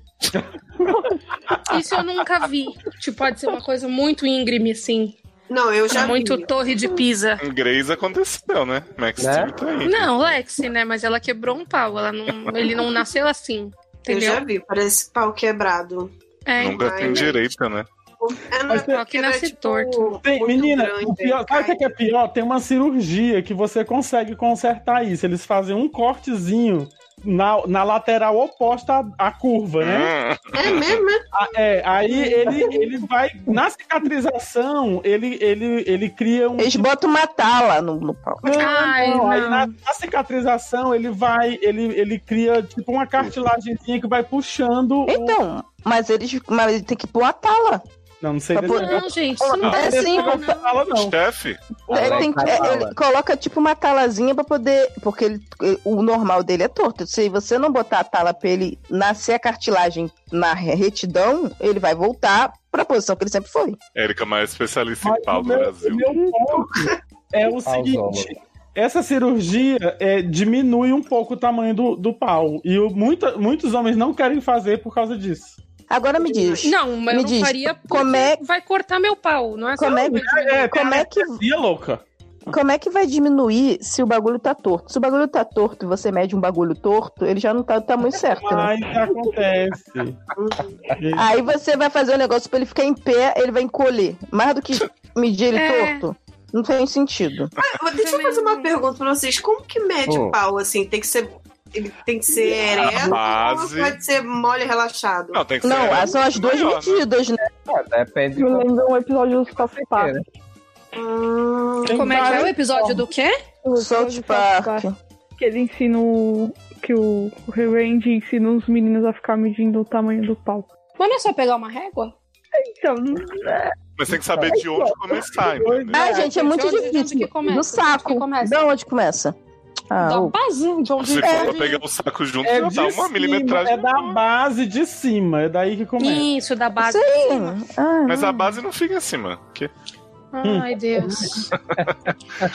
Speaker 2: Isso eu nunca vi. Tipo, pode ser uma coisa muito íngreme, assim.
Speaker 4: Não, eu já
Speaker 2: muito
Speaker 4: vi.
Speaker 2: torre de pisa.
Speaker 1: Em Grace aconteceu, né? Max
Speaker 10: Né?
Speaker 1: Steel tá aí.
Speaker 2: Não, Lexi, né? Mas ela quebrou um pau. Ela não, ele não nasceu assim.
Speaker 4: Eu
Speaker 2: Entendeu?
Speaker 4: já vi, parece pau quebrado.
Speaker 2: É,
Speaker 1: Nunca
Speaker 4: Ai,
Speaker 1: tem
Speaker 4: gente.
Speaker 1: direito, né?
Speaker 4: É
Speaker 6: Mas tem-
Speaker 4: porque
Speaker 2: que
Speaker 4: era,
Speaker 2: nasce torto.
Speaker 6: Tem-
Speaker 4: muito
Speaker 6: menina,
Speaker 4: grande,
Speaker 6: o pior, sabe o que é,
Speaker 4: cai.
Speaker 6: que é pior? Tem uma cirurgia que você consegue consertar isso. Eles fazem um cortezinho na, na lateral oposta à, à curva, né?
Speaker 1: Hum,
Speaker 4: É mesmo, é?
Speaker 6: Ah, É, aí ele, ele vai. Na cicatrização, ele, ele, ele cria um.
Speaker 3: Eles botam uma tala no, no pau.
Speaker 6: Não,
Speaker 2: Ai,
Speaker 6: não, aí
Speaker 2: não.
Speaker 6: na, na cicatrização ele vai, ele, ele cria tipo uma cartilagemzinha que vai puxando. o-
Speaker 3: Então, mas eles mas ele tem que pôr a tala.
Speaker 6: Não, não sei
Speaker 3: Pra
Speaker 6: desse
Speaker 3: pôr-
Speaker 6: negócio.
Speaker 2: Não, gente, isso não
Speaker 6: Não,
Speaker 2: tá
Speaker 3: É
Speaker 6: desse
Speaker 2: assim.
Speaker 3: sim,
Speaker 6: negócio
Speaker 2: não.
Speaker 6: da tala, não.
Speaker 1: Chefe,
Speaker 10: Ela
Speaker 3: Ele, tem que-
Speaker 10: tá
Speaker 3: é,
Speaker 10: lá,
Speaker 3: ele
Speaker 10: lá.
Speaker 3: coloca tipo uma talazinha pra poder. Porque ele- o normal dele é torto. Se você não botar a tala pra ele nascer a cartilagem na retidão, ele vai voltar pra posição que ele sempre foi.
Speaker 1: Érica mais especialista
Speaker 6: Mas
Speaker 1: em pau
Speaker 6: o
Speaker 1: do
Speaker 6: meu-
Speaker 1: Brasil.
Speaker 6: o meu ponto é o
Speaker 10: Pauzão.
Speaker 6: seguinte. Essa cirurgia é, diminui um pouco o tamanho do, do pau. E o- muita- muitos homens não querem fazer por causa disso.
Speaker 3: Agora me diz.
Speaker 2: Não, mas
Speaker 3: Me
Speaker 2: eu não
Speaker 3: diz,
Speaker 2: faria porque
Speaker 3: como é-
Speaker 2: vai cortar meu pau, não é né? só
Speaker 3: Como é-
Speaker 2: vai diminuir.
Speaker 6: É,
Speaker 3: Como é que.
Speaker 6: E é louca.
Speaker 3: Como é que vai diminuir se o bagulho tá torto? Se o bagulho tá torto e você mede um bagulho torto, ele já não tá do tamanho certo, né?
Speaker 6: Mas acontece.
Speaker 3: Aí você vai fazer um negócio pra ele ficar em pé, ele vai encolher. Mais do que medir ele
Speaker 2: É.
Speaker 3: torto, não tem sentido.
Speaker 4: Ah, Deixa eu fazer uma pergunta pra vocês. Como que mede
Speaker 10: Hum.
Speaker 4: pau, assim? Tem que ser... Ele tem que ser ereto
Speaker 1: base.
Speaker 4: ou pode ser mole e relaxado?
Speaker 1: Não, tem que ser.
Speaker 3: Não, é
Speaker 1: Érica
Speaker 3: são as duas
Speaker 1: maior, né?
Speaker 3: medidas, né?
Speaker 10: Ah, Depende
Speaker 9: Eu
Speaker 10: do
Speaker 9: lembro um episódio dos South Park.
Speaker 4: Hum,
Speaker 6: Tem
Speaker 2: Como é que é o
Speaker 6: várias
Speaker 2: episódio do quê?
Speaker 9: O episódio
Speaker 3: South
Speaker 9: do South
Speaker 3: Park.
Speaker 9: Que ele ensina o... Que o o Randy ensina os meninos a ficar medindo o tamanho do pau.
Speaker 2: Mas não é só pegar uma régua?
Speaker 9: Então, não-
Speaker 1: Mas tem que saber de onde começar, entendeu?
Speaker 3: Ah, gente, é
Speaker 2: de
Speaker 3: muito
Speaker 2: onde- de onde que
Speaker 3: difícil.
Speaker 2: começa?
Speaker 3: No
Speaker 2: De onde que
Speaker 3: saco.
Speaker 2: começa?
Speaker 3: Da onde começa? Ah,
Speaker 2: da
Speaker 3: o-
Speaker 2: base, de
Speaker 3: é
Speaker 2: onde...
Speaker 1: Se for pra
Speaker 2: de-
Speaker 1: pegar o saco junto,
Speaker 6: É,
Speaker 1: já
Speaker 6: de
Speaker 1: dá tá uma
Speaker 6: cima,
Speaker 1: milimetragem.
Speaker 6: é da base de cima, é daí que começa.
Speaker 2: Isso, da base.
Speaker 3: Sim. Ah,
Speaker 1: Mas a base não fica em cima. Que...
Speaker 2: Ai, Deus.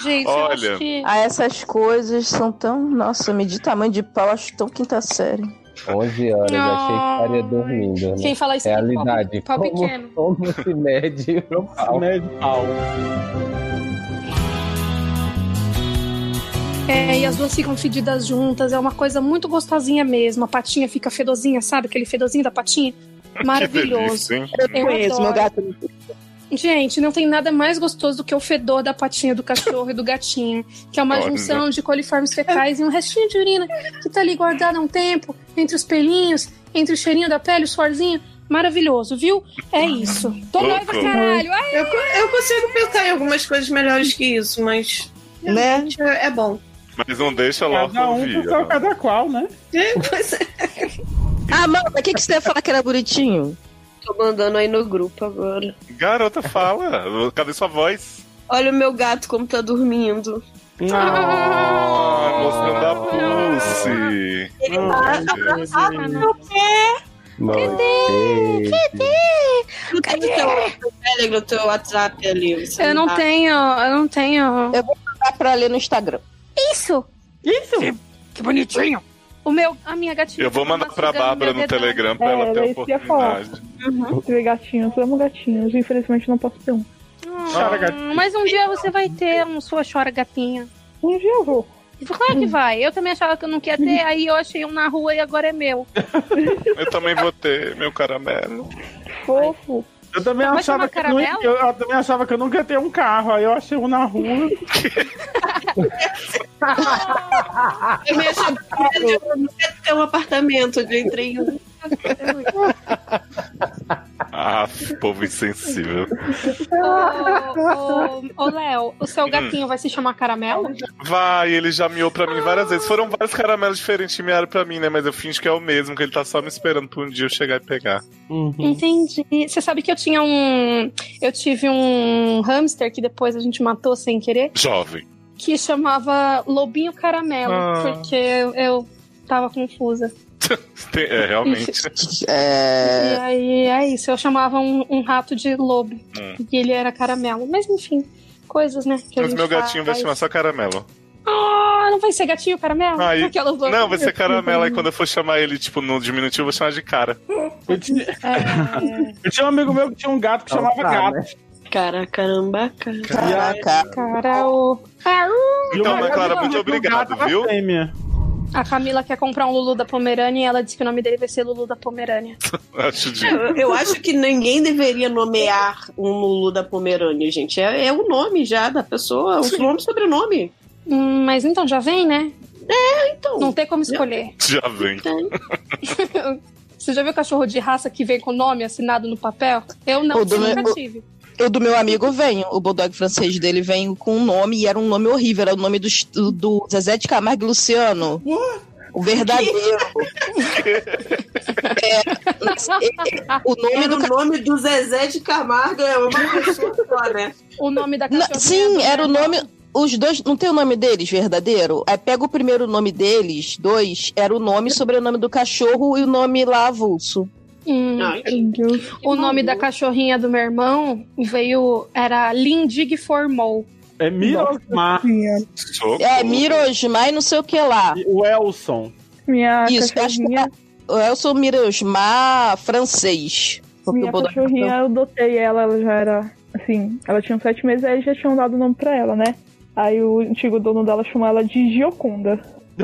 Speaker 2: Gente, eu
Speaker 1: Olha.
Speaker 2: acho que...
Speaker 3: ah, essas coisas são tão. Nossa, medir tamanho de pau, acho tão quinta série.
Speaker 10: 11 horas, achei que estaria dormindo. Né?
Speaker 2: Quem fala isso é pau-
Speaker 10: Realidade.
Speaker 2: pau pequeno.
Speaker 3: é.
Speaker 10: como, como se mede o pau?
Speaker 6: Médio pau.
Speaker 2: É, e as duas ficam fedidas juntas. É uma coisa muito gostosinha mesmo. A patinha fica fedosinha, sabe? Aquele fedozinho da patinha. Maravilhoso.
Speaker 3: delícia, hein? Eu conheço, meu gato.
Speaker 2: Gente, não tem nada mais gostoso do que o fedor da patinha do cachorro e do gatinho, que é uma
Speaker 12: Olha.
Speaker 2: junção de coliformes fecais e um restinho de urina que tá ali guardado há um tempo, entre os pelinhos, entre o cheirinho da pele, o suorzinho. Maravilhoso, viu? É isso. Tô
Speaker 4: Louco.
Speaker 2: noiva, caralho! É Ai,
Speaker 4: Eu, co- eu consigo pensar em algumas coisas melhores que isso, mas. realmente É, é bom.
Speaker 1: Mas não deixa lá
Speaker 4: Cada um com
Speaker 1: ouvir.
Speaker 4: seu
Speaker 6: Cada qual, né?
Speaker 4: É, pois é.
Speaker 3: Amanda, o que, que você ia falar que era bonitinho?
Speaker 13: Tô mandando aí no grupo agora.
Speaker 1: Garota, fala. Cadê sua voz?
Speaker 13: Olha o meu gato como tá dormindo.
Speaker 1: Ah, mostrando a Pulse.
Speaker 13: Ele tá
Speaker 1: meu
Speaker 13: pé.
Speaker 10: Cadê?
Speaker 13: Cadê? Cadê?
Speaker 4: tá teu Telegram, teu WhatsApp ali. você
Speaker 2: Eu
Speaker 9: Ah.
Speaker 2: não
Speaker 4: tá-
Speaker 2: tenho, eu não tenho.
Speaker 3: Eu vou mandar pra ler no Instagram.
Speaker 2: Isso!
Speaker 6: Isso!
Speaker 2: Que,
Speaker 1: bonitinho.
Speaker 2: O meu, a minha gatinha.
Speaker 1: Eu vou mandar pra
Speaker 2: sugando
Speaker 1: Bárbara
Speaker 2: meu
Speaker 1: no
Speaker 2: dedão.
Speaker 1: Telegram pra
Speaker 9: É,
Speaker 1: ela ter
Speaker 9: era
Speaker 1: a
Speaker 9: isso que eu ia falar.
Speaker 1: oportunidade.
Speaker 9: Ter gatinhos, eu amo gatinhos. Infelizmente não posso ter um.
Speaker 6: Chora, gatinho.
Speaker 2: Hum, Mas um dia você vai ter um sua chora gatinha.
Speaker 9: Um dia eu vou.
Speaker 2: Claro que vai. Eu também achava que eu não queria ter, aí eu achei um na rua e agora é meu.
Speaker 1: Eu também vou ter meu caramelo.
Speaker 9: Fofo.
Speaker 6: Eu também,
Speaker 2: Vai
Speaker 6: achava
Speaker 2: chamar
Speaker 6: que não, ia-
Speaker 2: caramelo?
Speaker 6: eu, eu também achava que eu nunca ia ter um carro, aí eu achei um na rua.
Speaker 4: Eu me achava que eu nunca ia ter um apartamento, onde eu entrei em um.
Speaker 1: Ah, povo insensível.
Speaker 2: Ô, ô, ô, Léo, o seu
Speaker 1: Hum.
Speaker 2: gatinho vai se chamar Caramelo?
Speaker 1: Vai, ele já miou pra mim várias vezes. Foram vários caramelos diferentes que miaram pra mim, né? Mas eu finjo que é o mesmo, que ele tá só me esperando pra um dia eu chegar e pegar.
Speaker 2: Entendi. Você sabe que eu tinha um. Eu tive um hamster que depois a gente matou sem querer,
Speaker 1: Jovem.
Speaker 2: que chamava Lobinho Caramelo,
Speaker 1: Ah.
Speaker 2: porque eu, eu tava confusa.
Speaker 1: Tem- É, realmente.
Speaker 2: E aí é isso, eu chamava um, um rato de lobo.
Speaker 1: Hum.
Speaker 2: E ele era caramelo. Mas enfim, coisas, né? que a
Speaker 1: Mas
Speaker 2: gente
Speaker 1: meu gatinho vai
Speaker 2: faz.
Speaker 1: chamar assim. só caramelo.
Speaker 2: Ah, não vai ser gatinho caramelo?
Speaker 1: Aí,
Speaker 2: Aquelas duas-
Speaker 1: não, vai ser caramelo. Aí quando eu for chamar ele, tipo, no diminutivo, eu vou chamar de cara.
Speaker 6: Eu tinha, eu tinha um amigo meu que tinha um gato que
Speaker 1: Então
Speaker 6: chamava
Speaker 1: tá,
Speaker 6: gato.
Speaker 1: né?
Speaker 4: Cara, caramba, cara.
Speaker 3: Caraca.
Speaker 2: Cara, o. Ah, uh!
Speaker 1: Então, Ana Clara, muito obrigado, viu?
Speaker 2: A Camila quer comprar um Lulu da Pomerânia e ela disse que o nome dele vai ser Lulu da Pomerânia.
Speaker 1: Acho de.
Speaker 4: Eu, eu acho que ninguém deveria nomear um Lulu da Pomerânia, gente. É, é o nome já da pessoa, o nome e sobrenome.
Speaker 2: Hum, mas então já vem, né?
Speaker 4: É, então.
Speaker 13: né?
Speaker 2: Não tem como escolher.
Speaker 1: Já vem.
Speaker 13: Então,
Speaker 2: Você já viu cachorro de raça que vem com nome assinado no papel? Eu não,
Speaker 3: O do
Speaker 2: nunca
Speaker 3: meu-
Speaker 2: tive.
Speaker 3: O do meu amigo vem, o bulldog francês dele vem com um nome, e era um nome horrível, era o nome do, do Zezé de Camargo e Luciano. O verdadeiro. É, mas, é, é, o nome
Speaker 4: Era
Speaker 3: do
Speaker 4: o
Speaker 3: ca-
Speaker 4: nome do Zezé de Camargo é uma pessoa só, né?
Speaker 2: O nome da
Speaker 3: Não, Sim, é- era
Speaker 9: né?
Speaker 3: o nome. Os dois. Não tem o nome deles, verdadeiro? Aí pega o primeiro nome deles, dois, era o nome e sobrenome do cachorro e o nome lá avulso.
Speaker 2: Hum. O nome da cachorrinha do meu irmão veio. Era Lindig Formol.
Speaker 6: É Mirosmar.
Speaker 3: É, Mirosmar e não sei o que lá.
Speaker 6: O Elson.
Speaker 9: Minha
Speaker 3: Isso, acho que é- o Elson Mirosmar francês. Porque
Speaker 9: Minha
Speaker 3: o Bodog-
Speaker 9: cachorrinha, eu dotei ela, ela já era. Assim, ela tinha uns sete meses, aí já tinham dado o nome pra ela, né? Aí o antigo dono dela chamou ela de Gioconda.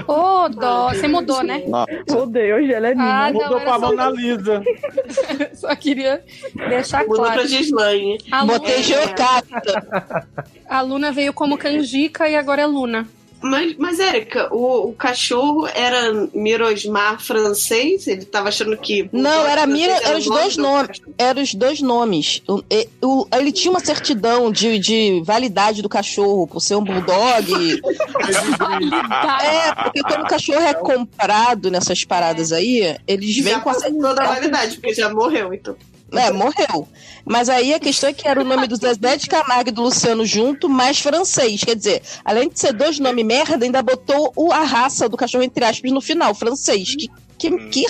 Speaker 2: Ô, dó. Você mudou, né?
Speaker 9: Odeio, hoje ela é minha.
Speaker 2: Ah, não, Mudou era pra só- Mona
Speaker 6: Lisa.
Speaker 2: Só queria deixar
Speaker 4: Mudou
Speaker 2: claro.
Speaker 4: pra Gislaine.
Speaker 2: A Luna-
Speaker 4: Botei
Speaker 2: A Luna veio como canjica e agora é Luna.
Speaker 4: Mas, mas Érica, o, o cachorro era Mirosmar francês? Ele tava achando que.
Speaker 3: Não, era
Speaker 4: francês
Speaker 3: Mira,
Speaker 4: o
Speaker 3: eram os
Speaker 4: nome
Speaker 3: dois
Speaker 4: do-
Speaker 3: nomes. Eram os dois nomes. O- e- o- ele tinha uma certidão de, de validade do cachorro, por ser um bulldog. é, porque quando o cachorro é comprado nessas paradas aí, eles
Speaker 4: Já
Speaker 3: vêm com a
Speaker 4: passou
Speaker 3: certidão.
Speaker 4: toda a validade, porque já morreu, então.
Speaker 3: É, morreu. Mas aí a questão é que era o nome do Zezé de Camargo e do Luciano junto, mais francês. Quer dizer, além de ser dois nomes merda, ainda botou o- a raça do cachorro, entre aspas, no final, francês. Que, que, que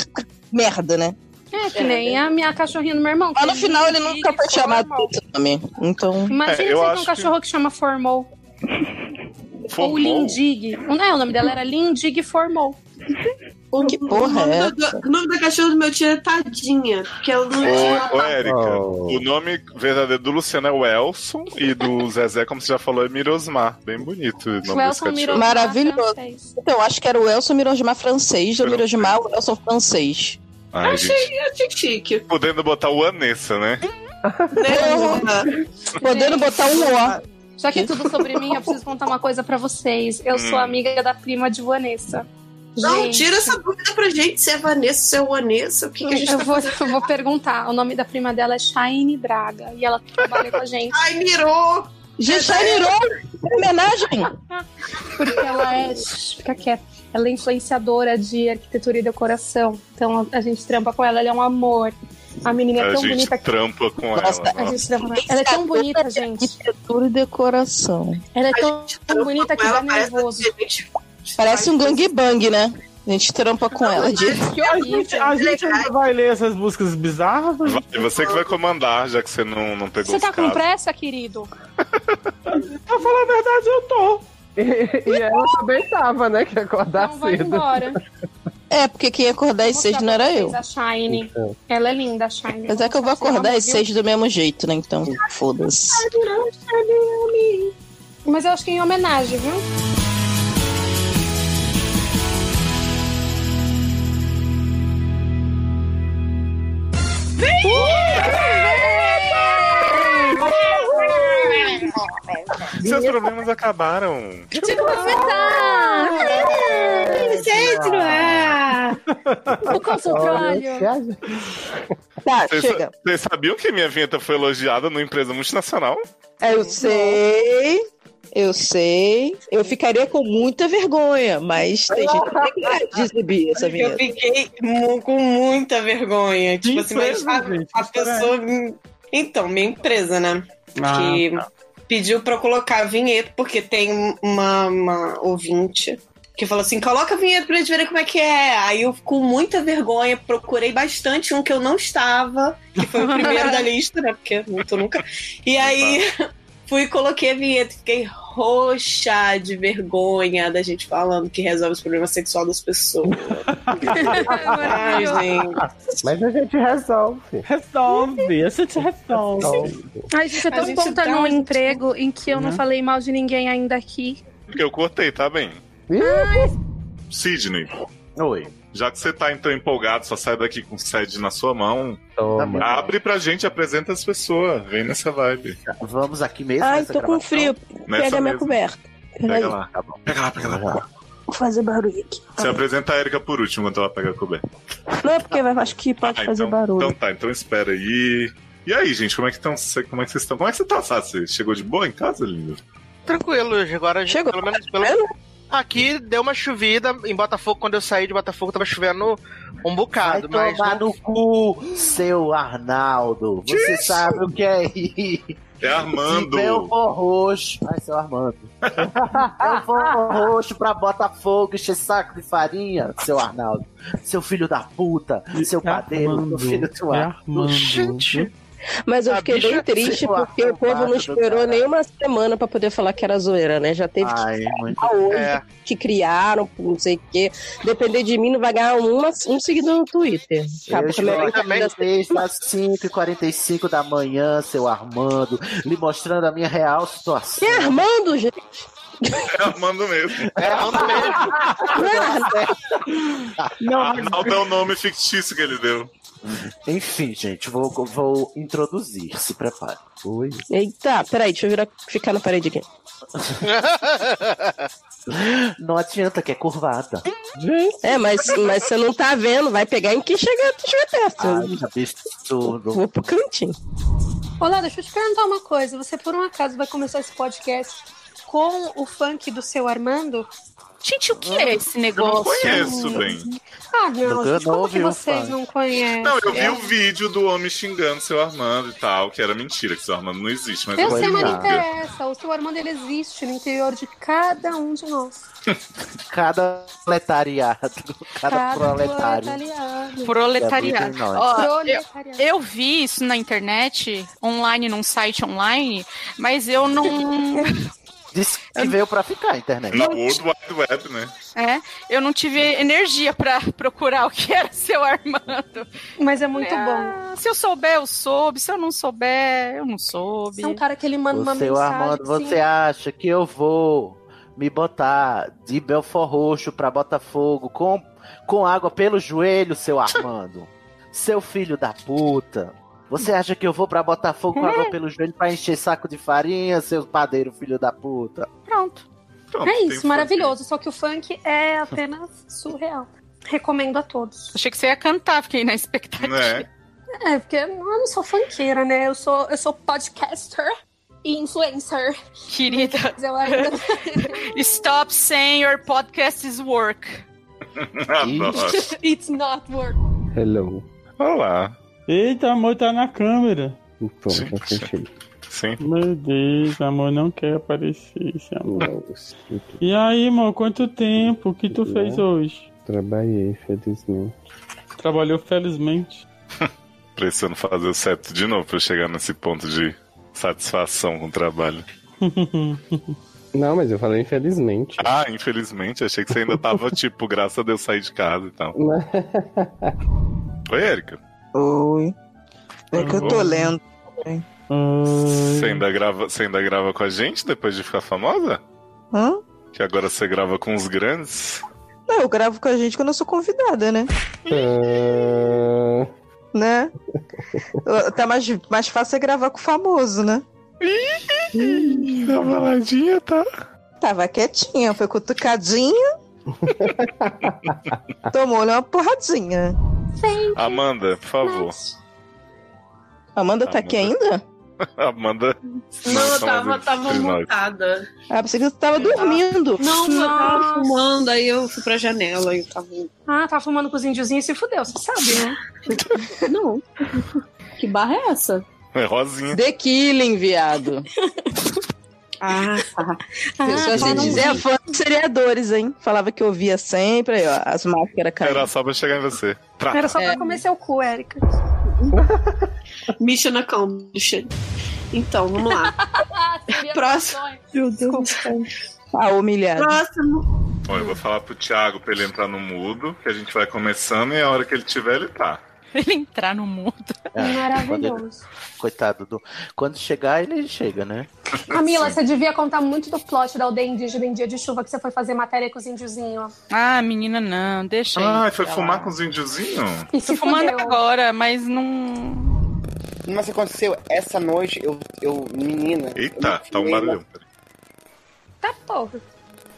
Speaker 3: merda, né?
Speaker 2: É, que nem a minha cachorrinha do meu irmão. Mas no final ele nunca foi
Speaker 3: chamado Também. Então.
Speaker 2: Imagina
Speaker 3: É, eu
Speaker 2: você tem
Speaker 3: acho
Speaker 2: um
Speaker 3: que-
Speaker 2: cachorro que, chama Formol. Ou Lindig. Não é, o nome dela era Lindig Formol.
Speaker 3: O que porra
Speaker 13: nome
Speaker 3: é
Speaker 13: da-
Speaker 3: essa?
Speaker 13: O nome da cachorra do meu tio é Tadinha, é porque ela não tinha.
Speaker 1: Ô, ô Érica, o nome verdadeiro do Luciano é Welson e do Zezé, como você já falou, é Mirosmar. Bem bonito o nome desse cachorro.
Speaker 2: é um
Speaker 3: Maravilhoso. Então, acho que era o Elson Mirosmar francês, do
Speaker 1: Francês.
Speaker 3: Mirosmar, o Elson francês.
Speaker 1: Ai, gente.
Speaker 13: achei é chique.
Speaker 1: Podendo botar o Anessa, né?
Speaker 3: Podendo botar um O.
Speaker 2: Já que é tudo sobre mim, eu preciso contar uma coisa pra vocês. Eu sou
Speaker 1: Né? Hum.
Speaker 2: amiga da prima de Vanessa.
Speaker 13: Não,
Speaker 2: Gente.
Speaker 13: tira essa dúvida pra gente se é Vanessa, se é o Vanessa, o que, que a gente
Speaker 3: É
Speaker 2: eu,
Speaker 13: tá
Speaker 2: vou,
Speaker 13: fazendo.
Speaker 2: eu vou perguntar. O nome da prima dela é Shine Braga. E ela trabalha com a gente.
Speaker 13: tá? Ai, mirou!
Speaker 3: Gente, tá Shine mirou! Homenagem!
Speaker 2: Porque ela é. shh, Fica quieta. Ela é influenciadora de arquitetura e decoração. Então a gente trampa com ela, ela é um amor. A menina é
Speaker 1: A
Speaker 2: tão
Speaker 1: gente
Speaker 2: bonita que.
Speaker 1: trampa com
Speaker 3: Nossa,
Speaker 1: ela.
Speaker 2: A gente trampa com ela. Ela é tão bonita, gente.
Speaker 3: Arquitetura e decoração.
Speaker 2: Ela é tão, tão bonita que é dá nervoso.
Speaker 3: assim, Parece um gangbang, né? A gente trampa com ela. De...
Speaker 6: A gente, a gente ainda vai ler essas músicas bizarras?
Speaker 1: Vai, você que vai comandar, já que você não, não pegou
Speaker 2: Você
Speaker 1: os
Speaker 2: tá com
Speaker 1: caras.
Speaker 2: pressa, querido? Então
Speaker 6: Pra falar a verdade, eu tô.
Speaker 12: E, e ela também tava, né? Que ia
Speaker 4: Tá
Speaker 12: acordar
Speaker 2: Então vai
Speaker 12: cedo.
Speaker 2: embora.
Speaker 3: É, porque quem ia acordar às seis não era eu.
Speaker 2: A Shine.
Speaker 3: Então.
Speaker 2: Ela é linda, a Shine.
Speaker 3: Apesar que eu vou acordar às seis do mesmo jeito, né? Então, foda-se.
Speaker 2: Mas eu acho que em homenagem, viu?
Speaker 1: Seus problemas acabaram.
Speaker 4: Ah,
Speaker 3: É,
Speaker 13: Vicente no ar!
Speaker 2: O
Speaker 12: consultório.
Speaker 3: Tá,
Speaker 1: Vocês sa- vocês sabiam que minha vinheta foi elogiada numa empresa multinacional?
Speaker 3: É, Eu sei, eu sei. Eu ficaria com muita vergonha, mas tem gente que tem coragem de exibir essa
Speaker 4: Eu
Speaker 3: vinheta.
Speaker 4: fiquei mu- com muita vergonha. Tipo assim, mas a, a
Speaker 6: é
Speaker 4: pessoa. Então, minha empresa, né?
Speaker 13: Ah,
Speaker 4: que
Speaker 13: tá.
Speaker 4: pediu pra eu colocar a vinheta, porque tem uma, uma ouvinte que falou assim: coloca a vinheta pra gente ver como é que é. Aí eu, com muita vergonha, procurei bastante um que eu não estava, que foi o primeiro da lista, né? Porque muito nunca. E aí fui e coloquei a vinheta, fiquei roxa de vergonha da gente falando que resolve os problemas sexuais das pessoas.
Speaker 2: É
Speaker 4: Ai, gente.
Speaker 12: Mas a gente resolve.
Speaker 6: Resolve, a gente resolve.
Speaker 2: Ai, gente, eu
Speaker 4: A
Speaker 2: tô
Speaker 4: gente
Speaker 2: contando
Speaker 4: dá
Speaker 2: um
Speaker 4: um-
Speaker 2: emprego em que eu não
Speaker 1: Né?
Speaker 2: falei mal de ninguém ainda aqui.
Speaker 1: Porque eu cortei, tá bem? Sidney.
Speaker 5: Oi.
Speaker 1: Já que você tá então empolgado, só sai daqui com sede na sua mão.
Speaker 5: Toma.
Speaker 1: Abre pra gente, apresenta as pessoas. Vem nessa vibe.
Speaker 5: Tá, Vamos aqui mesmo.
Speaker 3: Ai,
Speaker 5: nessa
Speaker 3: tô com
Speaker 5: gravação?
Speaker 3: frio.
Speaker 1: Nessa
Speaker 3: Pega minha
Speaker 1: mesmo.
Speaker 3: coberta. Peraí,
Speaker 1: Pega lá. Pega lá, pega lá.
Speaker 3: vou fazer barulho aqui.
Speaker 1: Você apresenta a Erika por último enquanto ela pega a coberta.
Speaker 3: Não é porque vai- acho que pode
Speaker 1: Ah,
Speaker 3: fazer
Speaker 1: então,
Speaker 3: barulho.
Speaker 1: Então tá, então espera aí. E aí, gente, como é que estão? Como é que vocês estão? Como é que você tá, Sassi? Você chegou de boa em casa, lindo?
Speaker 14: Tranquilo, agora Chegou. pelo menos
Speaker 3: tá
Speaker 14: pelo Aqui deu uma chovida em Botafogo, quando eu saí de Botafogo tava chovendo um bocado,
Speaker 5: Vai
Speaker 14: mas
Speaker 5: tomar
Speaker 14: não-
Speaker 5: no cu, seu Arnaldo.
Speaker 14: Que
Speaker 5: Você
Speaker 14: isso?
Speaker 5: sabe o que é isso?
Speaker 1: É Armando.
Speaker 5: Se eu for roxo. Ai, seu Armando. eu for roxo pra Botafogo, encher saco de farinha, seu Arnaldo. Seu filho da puta, Ah, seu padeiro, seu filho do
Speaker 6: é
Speaker 5: ar.
Speaker 6: Armando.
Speaker 3: Mas eu
Speaker 5: A
Speaker 3: fiquei
Speaker 5: bicha
Speaker 3: bem triste
Speaker 5: ficou
Speaker 3: porque o povo não
Speaker 5: afobada do
Speaker 3: esperou nenhuma semana pra poder falar que era zoeira, né? Já teve
Speaker 5: Ai,
Speaker 3: que
Speaker 5: muito-
Speaker 3: falar hoje
Speaker 5: Ah, é.
Speaker 3: que criaram, não sei o quê. Depender de mim, não vai ganhar uma, um seguidor no Twitter.
Speaker 5: Eu
Speaker 3: Acabou com a minha
Speaker 5: estou
Speaker 3: brincadeira.
Speaker 5: desde as 5h45 da manhã, seu Armando, lhe mostrando a minha real situação.
Speaker 3: É Armando, gente!
Speaker 1: É Armando mesmo.
Speaker 5: É Armando
Speaker 1: Não, Arnaldo é o nome fictício que ele deu.
Speaker 5: Enfim, gente, vou, vou introduzir, se prepare. Oi.
Speaker 3: é. Eita, peraí, deixa eu virar, ficar na parede aqui.
Speaker 5: Não adianta que é curvada.
Speaker 3: É, mas, mas você não tá vendo, vai pegar em quem chegar, chegar perto.
Speaker 5: Ai, que absurdo.
Speaker 3: Vou pro cantinho.
Speaker 2: Olá, deixa eu te perguntar uma coisa. Você por um acaso vai começar esse podcast com o funk do seu Armando?
Speaker 8: Gente, o que é esse negócio?
Speaker 1: Não conheço bem.
Speaker 2: Ah,
Speaker 1: Não,
Speaker 2: não, gente,
Speaker 1: não
Speaker 2: como que
Speaker 1: ouvi o
Speaker 2: vocês
Speaker 1: funk.
Speaker 2: não conhecem?
Speaker 1: Não, eu vi o vídeo do homem xingando seu Armando e tal, que era mentira, que seu Armando não existe, mas é
Speaker 2: Eu sei, mas não
Speaker 1: mentira.
Speaker 2: interessa. O seu Armando ele existe no interior de cada um de nós.
Speaker 5: Cada proletariado, cada, proletário.
Speaker 2: proletariado.
Speaker 8: Proletariado.
Speaker 5: Gabriel
Speaker 8: Ó,
Speaker 2: Proletariado.
Speaker 8: eu, eu vi isso na internet, online, num site online, mas eu não.
Speaker 5: Disse que veio pra ficar a internet.
Speaker 1: Na World Wide Web, né?
Speaker 7: É, eu não tive energia pra procurar o que era seu Armando.
Speaker 2: Mas é muito
Speaker 7: bom. Se eu souber, eu soube. Se eu não souber, eu não soube.
Speaker 2: É um cara que ele manda uma
Speaker 5: O seu
Speaker 2: mensagem.
Speaker 5: Armando,
Speaker 2: assim.
Speaker 5: você acha que eu vou me botar de Belfor Roxo pra Botafogo com, com água pelo joelho, seu Armando? seu filho da puta. Você acha que eu vou pra Botafogo com água pelo joelho pra encher saco de farinha, seu padeiro, filho da puta?
Speaker 2: Pronto.
Speaker 5: Pronto,
Speaker 1: um
Speaker 2: é
Speaker 5: tem
Speaker 2: isso,
Speaker 5: funk.
Speaker 2: maravilhoso. Só que o funk é apenas surreal. Recomendo a todos.
Speaker 7: Achei que você ia cantar, fiquei na expectativa.
Speaker 1: né?
Speaker 2: É, porque eu não sou funkeira, né? Eu sou, eu sou podcaster e influencer.
Speaker 7: Querida.
Speaker 2: Mas eu ainda...
Speaker 7: Stop saying your podcast is work.
Speaker 2: It's not work.
Speaker 6: Hello.
Speaker 1: Olá.
Speaker 6: Eita, amor tá na câmera.
Speaker 1: Pô, é Sim.
Speaker 6: Meu Deus, amor não quer aparecer, esse amor. E aí, amor, quanto tempo? O que tu fez hoje?
Speaker 12: Né? Trabalhei, felizmente.
Speaker 6: Trabalhou felizmente.
Speaker 1: Precisando fazer o certo de novo pra eu chegar nesse ponto de satisfação com o trabalho.
Speaker 12: Não, mas eu falei infelizmente.
Speaker 1: Ah, infelizmente, achei que você ainda tava tipo, graças a Deus sair de casa e tal. Oi, Erika.
Speaker 11: Oi. É que eu tô
Speaker 1: Oi.
Speaker 11: lendo.
Speaker 1: Você ainda, grava, você ainda grava com a gente depois de ficar famosa?
Speaker 11: Hã?
Speaker 1: Que agora você grava com os grandes?
Speaker 11: Não, eu gravo com a gente quando eu sou convidada, né?
Speaker 5: ah.
Speaker 11: né? Ô, Tá mais, mais fácil é gravar com o famoso, né?
Speaker 1: Tá baladinha, tá?
Speaker 11: Tava quietinha, foi cutucadinha. Tomou-lhe uma porradinha.
Speaker 1: Amanda, por favor.
Speaker 11: Amanda tá aqui ainda?
Speaker 1: Ah, Amanda.
Speaker 4: Não, eu
Speaker 1: tá mais
Speaker 4: tava, tava
Speaker 1: feliz, não.
Speaker 4: montada.
Speaker 11: Ah, pensei que tu tava dormindo.
Speaker 4: Não, eu
Speaker 2: Nossa.
Speaker 4: tava fumando, aí eu fui pra janela e tava.
Speaker 2: Ah, tá fumando com os índiozinhos e se fudeu, você sabe, né?
Speaker 4: Não.
Speaker 2: Que barra é essa?
Speaker 1: É rosinha.
Speaker 11: The Killing, viado.
Speaker 4: Ah,
Speaker 11: Pessoas
Speaker 1: tá,
Speaker 11: se
Speaker 1: não
Speaker 11: dizer
Speaker 1: vi.
Speaker 11: fã de seriadores, hein? Falava que ouvia sempre, aí, ó, as máscaras caindo.
Speaker 1: Era só pra chegar em você. Tra-
Speaker 2: Era só pra comer seu cu, Érica.
Speaker 4: Misha na cama. Então, vamos lá. Próximo.
Speaker 11: Meu Deus. Ah, humilhado.
Speaker 4: Próximo.
Speaker 1: Bom, eu vou falar pro Thiago pra ele entrar no mudo, que a gente vai começando e a hora que ele tiver, ele tá.
Speaker 7: Ele entrar no mundo.
Speaker 5: Maravilhoso. Coitado do. Quando chegar, ele chega, né?
Speaker 2: Camila, você devia contar muito do plot da aldeia indígena em dia de chuva que você foi fazer matéria com os índiozinhos.
Speaker 7: Ah, menina, não, deixa
Speaker 1: Ah,
Speaker 7: aí,
Speaker 1: foi
Speaker 7: sei
Speaker 1: fumar
Speaker 7: lá.
Speaker 1: com os índiozinhos?
Speaker 2: E
Speaker 7: Tô fumando agora, mas não.
Speaker 15: Mas aconteceu essa noite, eu, eu menina.
Speaker 1: Eita, tá um barulhão.
Speaker 2: Tá porra.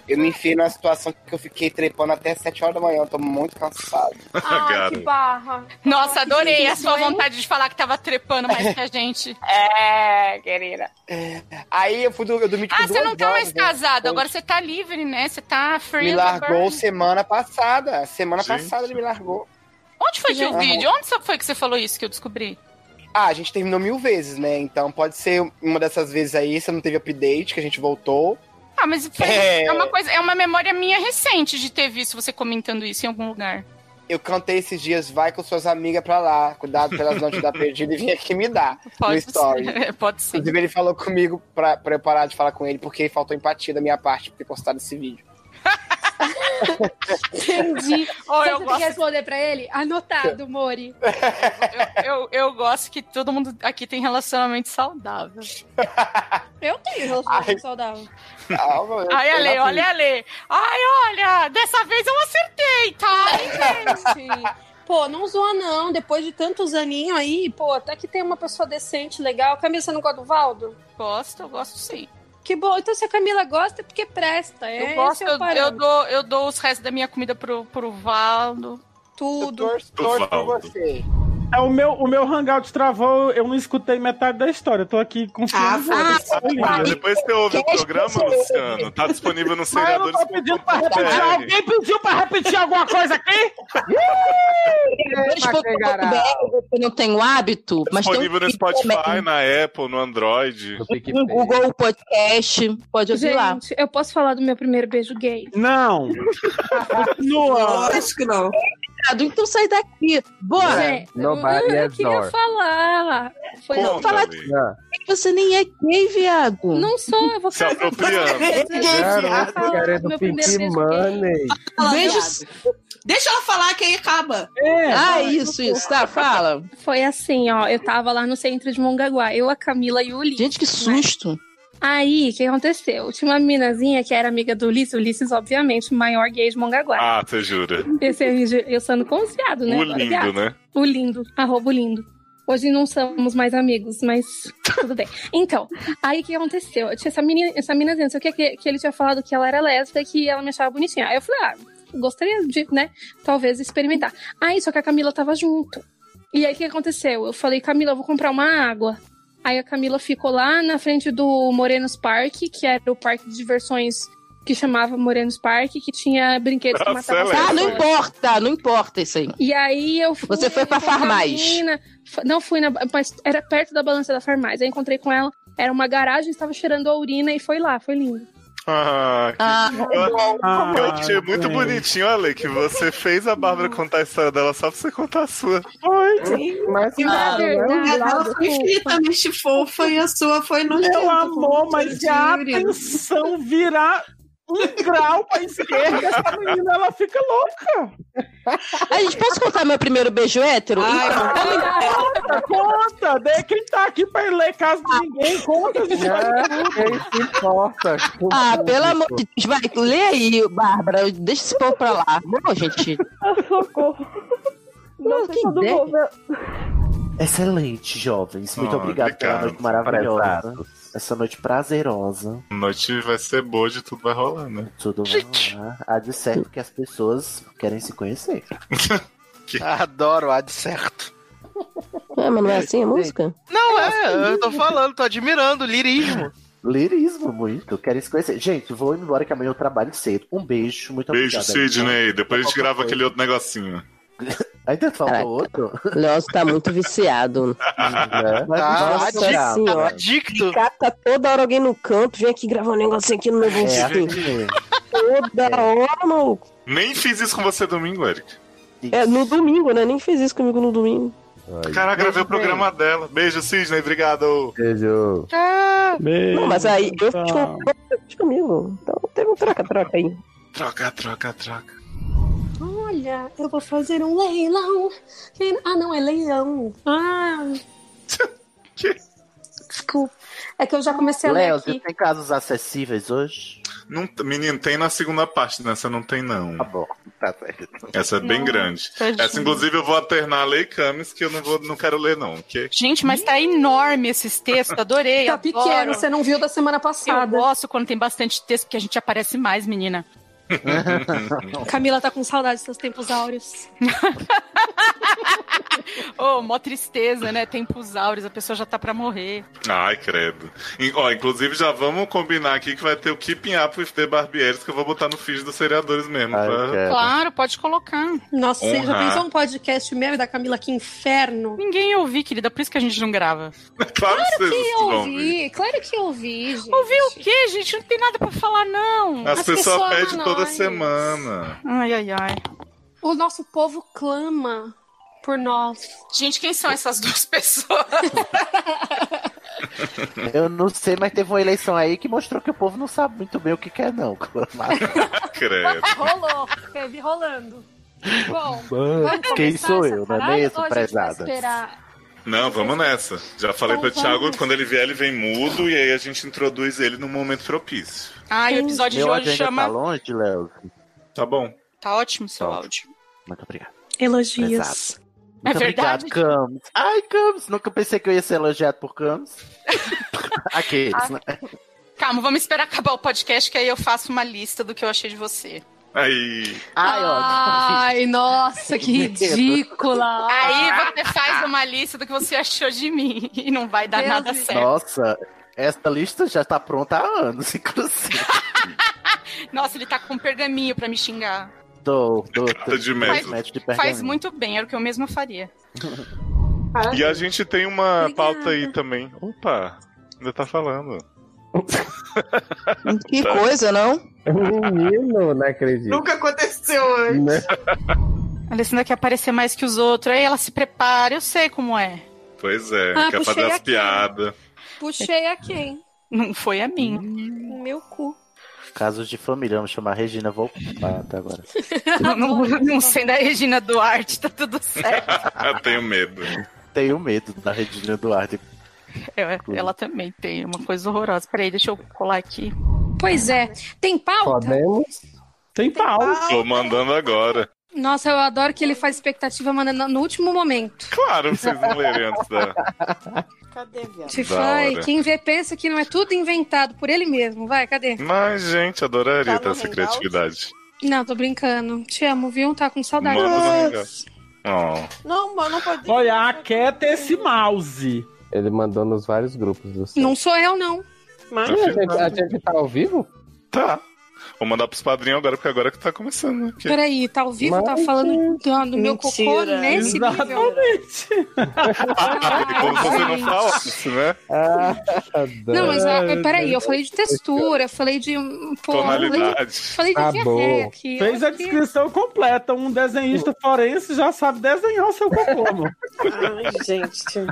Speaker 15: Eu me enfiei numa situação que eu fiquei trepando até 7 horas da manhã, eu tô muito cansado.
Speaker 7: Ah,
Speaker 15: que
Speaker 2: barra.
Speaker 7: Nossa, adorei a
Speaker 15: Isso,
Speaker 7: sua
Speaker 15: hein?
Speaker 7: vontade de falar que tava trepando mais que a gente.
Speaker 15: É, querida. Aí eu fui do, eu dormi tipo,
Speaker 7: Ah, você
Speaker 15: duas
Speaker 7: não tá
Speaker 15: horas,
Speaker 7: mais
Speaker 15: né?
Speaker 7: casado,
Speaker 15: Hoje.
Speaker 7: agora você tá livre, né? Você tá
Speaker 15: Me
Speaker 7: free as a
Speaker 15: largou
Speaker 7: bird.
Speaker 15: semana passada. Semana
Speaker 7: Gente.
Speaker 15: passada ele me largou.
Speaker 7: Onde foi que o
Speaker 15: Aham.
Speaker 7: vídeo? Onde só foi que você falou isso que eu descobri?
Speaker 15: Ah, a gente terminou mil vezes, né? Então pode ser uma dessas vezes aí, você não teve update, que a gente voltou.
Speaker 7: Ah, mas foi-
Speaker 15: É.
Speaker 7: é uma coisa, é uma memória minha recente de ter visto você comentando isso em algum lugar.
Speaker 15: Eu cantei esses dias, vai com suas amigas pra lá, cuidado pelas noites da perdida e vem aqui me dar
Speaker 7: Pode
Speaker 15: no story.
Speaker 7: ser, pode ser.
Speaker 15: Inclusive ele falou comigo pra, pra eu parar de falar com ele, porque faltou empatia da minha parte por ter postado esse vídeo.
Speaker 2: Entendi.
Speaker 7: Oh,
Speaker 2: Sabe
Speaker 7: eu
Speaker 2: o que tem
Speaker 7: gosto-
Speaker 2: que é? responder pra ele? Anotado, Mori.
Speaker 7: Eu, eu gosto que todo mundo aqui tem relacionamento saudável.
Speaker 2: Eu tenho relacionamento saudável.
Speaker 7: Ai,
Speaker 2: eu
Speaker 7: Ale,
Speaker 2: já
Speaker 7: olha,
Speaker 2: fiz.
Speaker 7: Ale. Ai, olha, dessa vez eu acertei, tá?
Speaker 2: gente. Pô, não zoa não. Depois de tantos aninhos aí, pô, até que tem uma pessoa decente, legal. Camila, você não gosta do Valdo?
Speaker 7: Gosto, eu gosto sim.
Speaker 2: Que bom. Então se a Camila gosta, é porque presta. É,
Speaker 7: eu
Speaker 2: esse
Speaker 7: gosto,
Speaker 2: é o
Speaker 7: eu, eu
Speaker 2: parâmetro.
Speaker 7: dou, eu dou os restos da minha comida pro, pro Valdo.
Speaker 2: Tudo.
Speaker 6: torço por Valdo. É, o, meu, o meu hangout travou, eu não escutei metade da história. Eu tô aqui confiando.
Speaker 1: Ah, Depois você ouve o programa, Luciano. Tá disponível no
Speaker 6: Mas eu não
Speaker 1: seriador.
Speaker 6: tô pedindo pra repetir. Alguém pediu pra repetir alguma coisa aqui?
Speaker 3: Eu não tenho hábito, mas tem um
Speaker 1: Disponível no
Speaker 3: feed também.
Speaker 1: Spotify, né? na Apple, no Android.
Speaker 11: um
Speaker 3: No Google Podcast, pode ouvir
Speaker 2: Gente,
Speaker 3: lá.
Speaker 2: eu posso falar do meu primeiro beijo gay?
Speaker 6: Não. Continua.
Speaker 4: Lógico que não.
Speaker 3: viado, então sai daqui. Bora!
Speaker 11: É, nobody
Speaker 3: eu,
Speaker 11: eu has
Speaker 3: queria
Speaker 11: door.
Speaker 2: falar. Foi
Speaker 11: Conta,
Speaker 3: falar
Speaker 11: Lê.
Speaker 3: de... Você nem é gay, viado.
Speaker 2: Não sou, eu vou
Speaker 11: Se apropriando.
Speaker 5: Ah,
Speaker 2: Garoto,
Speaker 11: Garoto, querendo
Speaker 2: meu primeiro
Speaker 11: pedir
Speaker 2: beijo
Speaker 11: money.
Speaker 4: Deixa,
Speaker 3: é.
Speaker 4: deixa ela falar que aí acaba.
Speaker 6: É.
Speaker 2: Ah,
Speaker 3: isso, isso, tá, fala.
Speaker 2: Foi assim, ó, eu tava lá no centro de Mongaguá, eu, a Camila e o Ulisses.
Speaker 3: Gente, que susto.
Speaker 2: Aí, o que aconteceu? Tinha uma minazinha que era amiga do Ulisses, Ulisses, obviamente, o maior gay de Mongaguá.
Speaker 1: Ah, você
Speaker 11: Né?
Speaker 1: jura?
Speaker 2: Esse, é eu sendo confiado, né?
Speaker 1: O lindo, né?
Speaker 2: O lindo, arroba o lindo. Hoje não somos mais amigos, mas tudo bem. Então, aí o que aconteceu? Eu tinha essa menina, essa menina não sei o que, que, que ele tinha falado que ela era lésbica e que ela me achava bonitinha. Aí eu falei, ah, gostaria de, né, talvez experimentar. Aí, só que a Camila tava junto. E aí o que aconteceu? Eu falei, Camila, eu vou comprar uma água. Aí a Camila ficou lá na frente do Morenos Park, que era o parque de diversões que chamava Morenos Park, que tinha brinquedos que
Speaker 3: Nossa,
Speaker 2: matavam
Speaker 3: tá,
Speaker 2: as
Speaker 3: não
Speaker 2: pessoas.
Speaker 3: importa, não importa isso aí.
Speaker 2: E aí eu fui.
Speaker 3: Você foi pra
Speaker 2: encontrar a
Speaker 3: Farmais.
Speaker 2: menina. F- não fui na. Mas era perto da balança da farmácia. Aí encontrei com ela. Era uma garagem, estava cheirando a urina e foi lá, foi lindo.
Speaker 1: Ah, que...
Speaker 2: Ah,
Speaker 1: eu,
Speaker 2: ah,
Speaker 1: eu achei é muito
Speaker 2: sim.
Speaker 1: bonitinho, Ale, que você fez a Bárbara contar a história dela só pra você contar a sua.
Speaker 2: É
Speaker 11: Mas
Speaker 4: Ah,
Speaker 11: claro, né?
Speaker 4: a dela foi infinitamente fofa e a sua foi no
Speaker 6: Meu amor, mas se a atenção virar um grau pra esquerda, essa menina ela fica louca.
Speaker 3: A gente pode contar meu primeiro beijo hétero? Então,
Speaker 6: conta, conta. Né? Quem tá aqui pra ler caso de ninguém, conta.
Speaker 11: Ah, Quem se importa? com o
Speaker 3: ah,
Speaker 11: público?
Speaker 3: pelo amor de Deus, vai, lê aí, Bárbara, deixa esse povo pra lá. Não, gente.
Speaker 11: Ah,
Speaker 9: Socorro.
Speaker 3: Não, que
Speaker 9: Todo
Speaker 3: ideia.
Speaker 9: mundo-
Speaker 5: Excelente, jovens. Muito
Speaker 1: Ah,
Speaker 5: obrigado pela
Speaker 1: obrigado.
Speaker 5: noite maravilhosa. Essa noite prazerosa.
Speaker 1: Noite vai ser boa de tudo vai rolar, né?
Speaker 5: Tudo vai rolar. Há de certo que as pessoas querem se conhecer.
Speaker 14: Adoro, há de certo.
Speaker 3: Ah, mas não é assim a música?
Speaker 14: Não, é, eu tô falando, tô admirando, lirismo.
Speaker 5: Lirismo, muito. Querem se conhecer. Gente, vou embora que amanhã eu trabalho cedo. Um beijo, muito
Speaker 1: Beijo,
Speaker 5: obrigado.
Speaker 1: Sidney. Depois a gente
Speaker 5: Qualquer
Speaker 1: grava
Speaker 5: coisa.
Speaker 1: aquele outro negocinho.
Speaker 5: Ainda falta outro?
Speaker 3: Leócio tá muito viciado.
Speaker 2: Tá.
Speaker 5: Nossa,
Speaker 3: Nossa senhora.
Speaker 5: É,
Speaker 14: Adicto.
Speaker 11: Cata toda hora alguém no canto, vem aqui gravar um negocinho aqui no meu
Speaker 5: É,
Speaker 2: Tá
Speaker 11: bolsinho.
Speaker 5: assim mesmo.
Speaker 11: Toda hora, maluco.
Speaker 1: Nem fiz isso com você domingo, Eric.
Speaker 11: É, no domingo, né? Nem fez isso comigo no domingo.
Speaker 1: Caraca, gravei o programa dela. Beijo, Sidney. Obrigado.
Speaker 11: Beijo.
Speaker 2: Tá.
Speaker 11: Não, mas aí eu
Speaker 3: Tá
Speaker 11: fiz com- eu fiz comigo. Então teve um troca-troca aí.
Speaker 1: Troca, troca, troca.
Speaker 2: Olha, eu vou fazer um leilão. Quem- Ah, não, é leilão. Ah. Desculpa. É que eu já comecei a ler
Speaker 5: Léo,
Speaker 2: aqui.
Speaker 5: você tem casos acessíveis hoje?
Speaker 1: Não, t- menino, tem na segunda parte, nessa não tem, não. Tá
Speaker 5: bom, tá certo.
Speaker 1: Essa é bem
Speaker 7: Não,
Speaker 1: grande.
Speaker 7: tadinho.
Speaker 1: Essa, inclusive, eu vou alternar a Lei Camis, que eu não, vou, não quero ler, não, ok?
Speaker 7: Gente, mas tá enorme esses textos, adorei.
Speaker 2: Tá
Speaker 7: adoro.
Speaker 2: pequeno, você não viu da semana passada.
Speaker 7: Eu gosto quando tem bastante texto, porque a gente aparece mais, menina.
Speaker 2: Camila tá com saudade dos seus tempos áureos.
Speaker 7: Ô, mó tristeza, né? Tempos áureos, a pessoa já tá pra morrer.
Speaker 1: Ai, credo. In- ó, inclusive, já vamos combinar aqui que vai ter o Keeping Up with the Barbieres, que eu vou botar no feed dos seriadores mesmo. pra-
Speaker 5: né?
Speaker 7: Claro, pode colocar.
Speaker 2: Nossa, você já
Speaker 1: Honrar.
Speaker 2: pensou um podcast meme da Camila? Que inferno.
Speaker 7: Ninguém ouvi, querida, por isso que a gente não grava.
Speaker 1: Claro,
Speaker 2: Claro que eu
Speaker 1: vão
Speaker 2: ouvi, claro que eu ouvi, gente.
Speaker 7: Ouvi o quê, gente? Não tem nada pra falar, não.
Speaker 1: As, pessoas, pedem
Speaker 2: amam
Speaker 1: toda
Speaker 2: nós.
Speaker 1: semana.
Speaker 7: Ai, ai, ai.
Speaker 2: O nosso povo clama por nós.
Speaker 7: Gente, quem são essas duas pessoas?
Speaker 5: Eu não sei, mas teve uma eleição aí que mostrou que o povo não sabe muito bem o que quer, não.
Speaker 1: Credo.
Speaker 2: Rolou, teve rolando. Bom, vamos
Speaker 5: Quem
Speaker 2: começar
Speaker 5: sou
Speaker 2: essa
Speaker 5: eu, não é
Speaker 2: parada ou
Speaker 5: mesmo,
Speaker 2: a gente vai
Speaker 5: prezada?
Speaker 2: esperar?
Speaker 1: Não, vamos nessa. Já falei
Speaker 2: Então
Speaker 1: pra Thiago
Speaker 2: vamos.
Speaker 1: que quando ele vier, ele vem mudo e aí a gente introduz ele num momento propício.
Speaker 7: Ai, o episódio
Speaker 5: Meu
Speaker 7: de hoje
Speaker 5: áudio ainda
Speaker 7: chama.
Speaker 5: Tá longe, Léo?
Speaker 1: Tá bom.
Speaker 7: Tá ótimo seu áudio.
Speaker 5: Muito obrigado.
Speaker 2: Elogios.
Speaker 7: É
Speaker 5: Muito obrigado,
Speaker 7: verdade?
Speaker 5: Camus. Ai, Camus, nunca pensei que eu ia ser elogiado por Camus. Aqueles, né?
Speaker 7: Calma, vamos esperar acabar o podcast, que aí eu faço uma lista do que eu achei de você.
Speaker 1: Aí.
Speaker 7: Ah,
Speaker 5: Ai,
Speaker 2: Ai, nossa, que ridícula.
Speaker 7: Aí você faz uma lista do que você achou de mim e não vai dar
Speaker 2: Deus
Speaker 7: nada
Speaker 2: me-
Speaker 7: certo.
Speaker 5: Nossa, essa lista já tá pronta há anos, inclusive.
Speaker 7: Nossa, ele tá com um pergaminho pra me xingar.
Speaker 5: Tô, tô, tô-
Speaker 1: de
Speaker 7: Faz,
Speaker 1: método.
Speaker 7: faz muito bem, era o que eu mesma faria.
Speaker 1: E a gente tem uma pauta aí também. Opa, ainda tá falando.
Speaker 3: Que coisa, não?
Speaker 11: É um Menino, não acredito.
Speaker 4: Nunca aconteceu antes.
Speaker 11: Né?
Speaker 7: A Alessandra quer aparecer mais que os outros, aí ela se prepara, eu sei como é.
Speaker 1: Pois é,
Speaker 7: Ah,
Speaker 1: quer
Speaker 7: puxei
Speaker 1: fazer as
Speaker 7: aqui.
Speaker 1: piadas.
Speaker 2: Puxei a quem?
Speaker 7: Não foi a minha.
Speaker 2: Meu cu.
Speaker 5: Casos de família, vamos chamar a Regina Volpata agora.
Speaker 7: não, não, não sei da Regina Duarte, tá tudo certo.
Speaker 1: Tenho medo.
Speaker 5: Tenho medo da Regina Duarte.
Speaker 1: Hum.
Speaker 7: Eu- ela também tem uma coisa horrorosa. Peraí, deixa eu colar aqui.
Speaker 2: Pois é. Tem pauta?
Speaker 6: Tem pauta.
Speaker 1: Tô mandando agora.
Speaker 2: Nossa, eu adoro que ele faz expectativa mandando no último momento.
Speaker 1: Claro, vocês não lerem antes da.
Speaker 2: Tipo,
Speaker 1: Da
Speaker 2: ai,
Speaker 1: hora.
Speaker 2: quem vê pensa que não é tudo inventado por ele mesmo. Vai, cadê?
Speaker 1: Mas, gente, adoraria
Speaker 2: Tá no
Speaker 1: ter essa
Speaker 2: hangout?
Speaker 1: criatividade.
Speaker 2: Não, tô brincando. Te amo, viu? Tá com saudade.
Speaker 1: Manda no hangout. Oh.
Speaker 2: Não, mano, não pode.
Speaker 6: Olha, quer ter esse mouse.
Speaker 12: Ele mandou nos vários grupos do site.
Speaker 2: Não sou eu, não.
Speaker 12: Ih, a, gente, a gente tá ao vivo?
Speaker 1: Tá. Vou mandar pros padrinhos agora, porque agora que tá começando aqui.
Speaker 2: Peraí, tá ao vivo? Tá falando do, do meu cocô
Speaker 1: Mentira.
Speaker 2: nesse nível?
Speaker 6: Exatamente.
Speaker 1: Como você não
Speaker 2: gente.
Speaker 1: falasse, né?
Speaker 2: Não, mas ah, peraí, eu falei de textura, eu falei de. hum, Pô,
Speaker 6: Tonalidade.
Speaker 2: Falei de, falei de diarreia aqui.
Speaker 6: Fez a descrição completa. Um desenhista forense já sabe desenhar o seu cocô, amor.
Speaker 4: Ai, gente.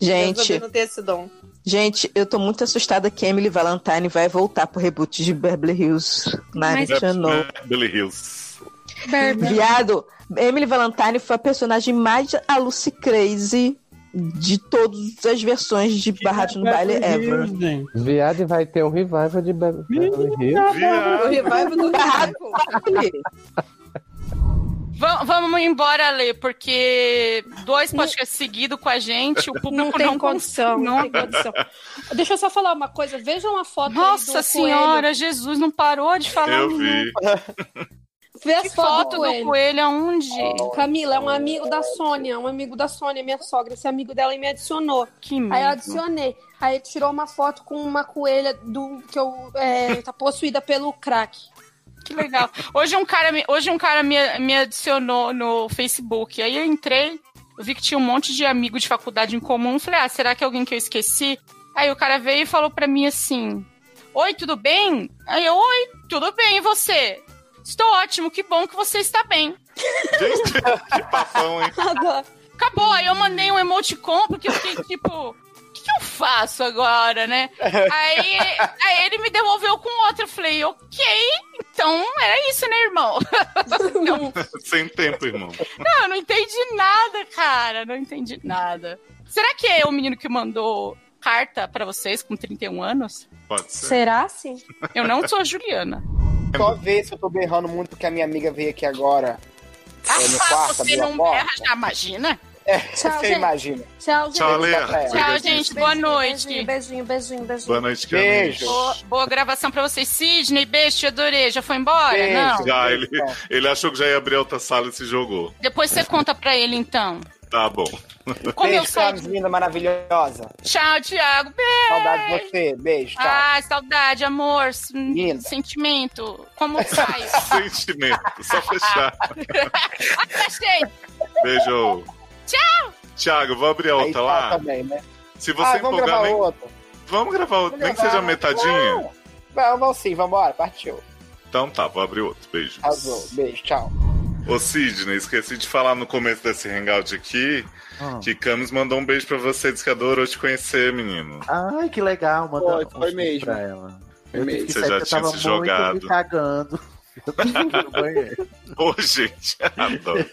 Speaker 3: Gente.
Speaker 4: Eu não tenho esse dom.
Speaker 3: Gente, eu tô muito assustada que Emily Valentine vai voltar pro reboot de Beverly Hills.
Speaker 1: Mas-
Speaker 3: National.
Speaker 1: Beverly Né? Hills.
Speaker 3: Viado, Emily Valentine foi a personagem mais a Lucy Crazy de todas as versões de Barrados no
Speaker 11: é
Speaker 3: Baile ever.
Speaker 12: Viado vai ter um revival de Beverly Hills.
Speaker 4: O revival do
Speaker 7: Va- vamos embora, Lê, porque dois podcasts seguidos com a gente, o público
Speaker 2: Não tem condição, não tem condição. Deixa eu só falar uma coisa, veja uma foto aí
Speaker 7: Nossa
Speaker 2: do
Speaker 7: senhora,
Speaker 2: coelho.
Speaker 7: Jesus não parou de falar.
Speaker 1: Eu
Speaker 7: nenhum.
Speaker 1: vi.
Speaker 2: Vê as
Speaker 7: Que
Speaker 2: fotos
Speaker 7: foto do coelho aonde?
Speaker 2: Camila, é um amigo da Sônia, um amigo da Sônia, minha sogra. Esse amigo dela e me adicionou.
Speaker 7: Que
Speaker 2: Aí eu
Speaker 7: merda.
Speaker 2: adicionei. Aí tirou uma foto com uma coelha do que eu é, tá possuída pelo crack.
Speaker 7: Que legal. Hoje um cara, me, hoje um cara me, me adicionou no Facebook. Aí eu entrei, eu vi que tinha um monte de amigo de faculdade em comum. Falei, ah, será que é alguém que eu esqueci? Aí o cara veio e falou pra mim assim: Oi, tudo bem? Aí eu, oi, tudo bem, e você? Estou ótimo, que bom que você está bem.
Speaker 1: que papão, hein?
Speaker 7: Acabou, aí eu mandei um emoticon, porque eu fiquei tipo, o que, que eu faço agora, né? Aí, aí ele me devolveu com outro. Eu falei, ok, então era isso, né, irmão? não,
Speaker 1: Sem tempo, irmão.
Speaker 7: não, eu não entendi nada, cara, não entendi nada. Será que é o menino que mandou carta pra vocês com 31 anos?
Speaker 1: Pode ser.
Speaker 2: Será sim?
Speaker 7: Eu não sou a Juliana.
Speaker 15: Só vez que eu tô berrando muito porque a minha amiga veio aqui agora. É, no quarto,
Speaker 7: Você
Speaker 15: abriu a
Speaker 7: não
Speaker 15: porta.
Speaker 7: berra, já imagina?
Speaker 15: É,
Speaker 2: Tchau,
Speaker 15: você
Speaker 2: gente.
Speaker 15: imagina.
Speaker 2: Tchau, gente.
Speaker 15: Tchau, Lea.
Speaker 7: Tchau, gente. Boa noite.
Speaker 2: Beijinho, beijinho, beijinho.
Speaker 1: Boa noite, Camila. Beijo.
Speaker 7: Boa, boa gravação pra vocês. Sidney, beijo, te adorei. Já foi embora? Não.
Speaker 1: Já, ele, ele achou que já ia abrir outra sala e se jogou.
Speaker 7: Depois você conta pra ele, então.
Speaker 1: Tá bom.
Speaker 7: Como eu
Speaker 15: Beijo, Carlos, linda, maravilhosa.
Speaker 7: Tchau, Thiago. Beijo.
Speaker 15: Saudade de você. Beijo, tchau.
Speaker 7: Ah, saudade, amor, s- sentimento. Como eu saio?
Speaker 1: Sentimento. Só fechar.
Speaker 7: Achei.
Speaker 1: Beijo.
Speaker 7: Tchau.
Speaker 1: Thiago, vou abrir a outra lá?
Speaker 15: tá
Speaker 1: Se você
Speaker 15: Ah, vamos
Speaker 1: empolgar,
Speaker 15: gravar
Speaker 1: nem...
Speaker 15: outra.
Speaker 1: Vamos gravar outra, nem
Speaker 15: Vamos
Speaker 1: que seja
Speaker 15: gravar.
Speaker 1: metadinha.
Speaker 15: Não. Vamos, vamos sim, vambora. Partiu.
Speaker 1: Então tá, vou abrir outro. Beijo.
Speaker 15: Arrasou. Beijo, tchau.
Speaker 1: Ô Sidney, esqueci de falar no começo desse hangout aqui
Speaker 5: Ah.
Speaker 1: que Camis mandou um beijo pra você, disse que adorou te conhecer, menino.
Speaker 5: Ai, que legal, manda
Speaker 1: Foi,
Speaker 5: um
Speaker 1: foi
Speaker 5: chute
Speaker 1: mesmo.
Speaker 5: pra ela.
Speaker 1: Foi
Speaker 5: eu
Speaker 1: mesmo.
Speaker 5: tive que
Speaker 1: Você
Speaker 5: sair
Speaker 1: já
Speaker 5: porque eu
Speaker 1: tinha
Speaker 5: tava
Speaker 1: se
Speaker 5: muito me
Speaker 1: jogado.
Speaker 5: cagando. Eu tive que ir no banheiro.
Speaker 1: Ô, gente, adoro.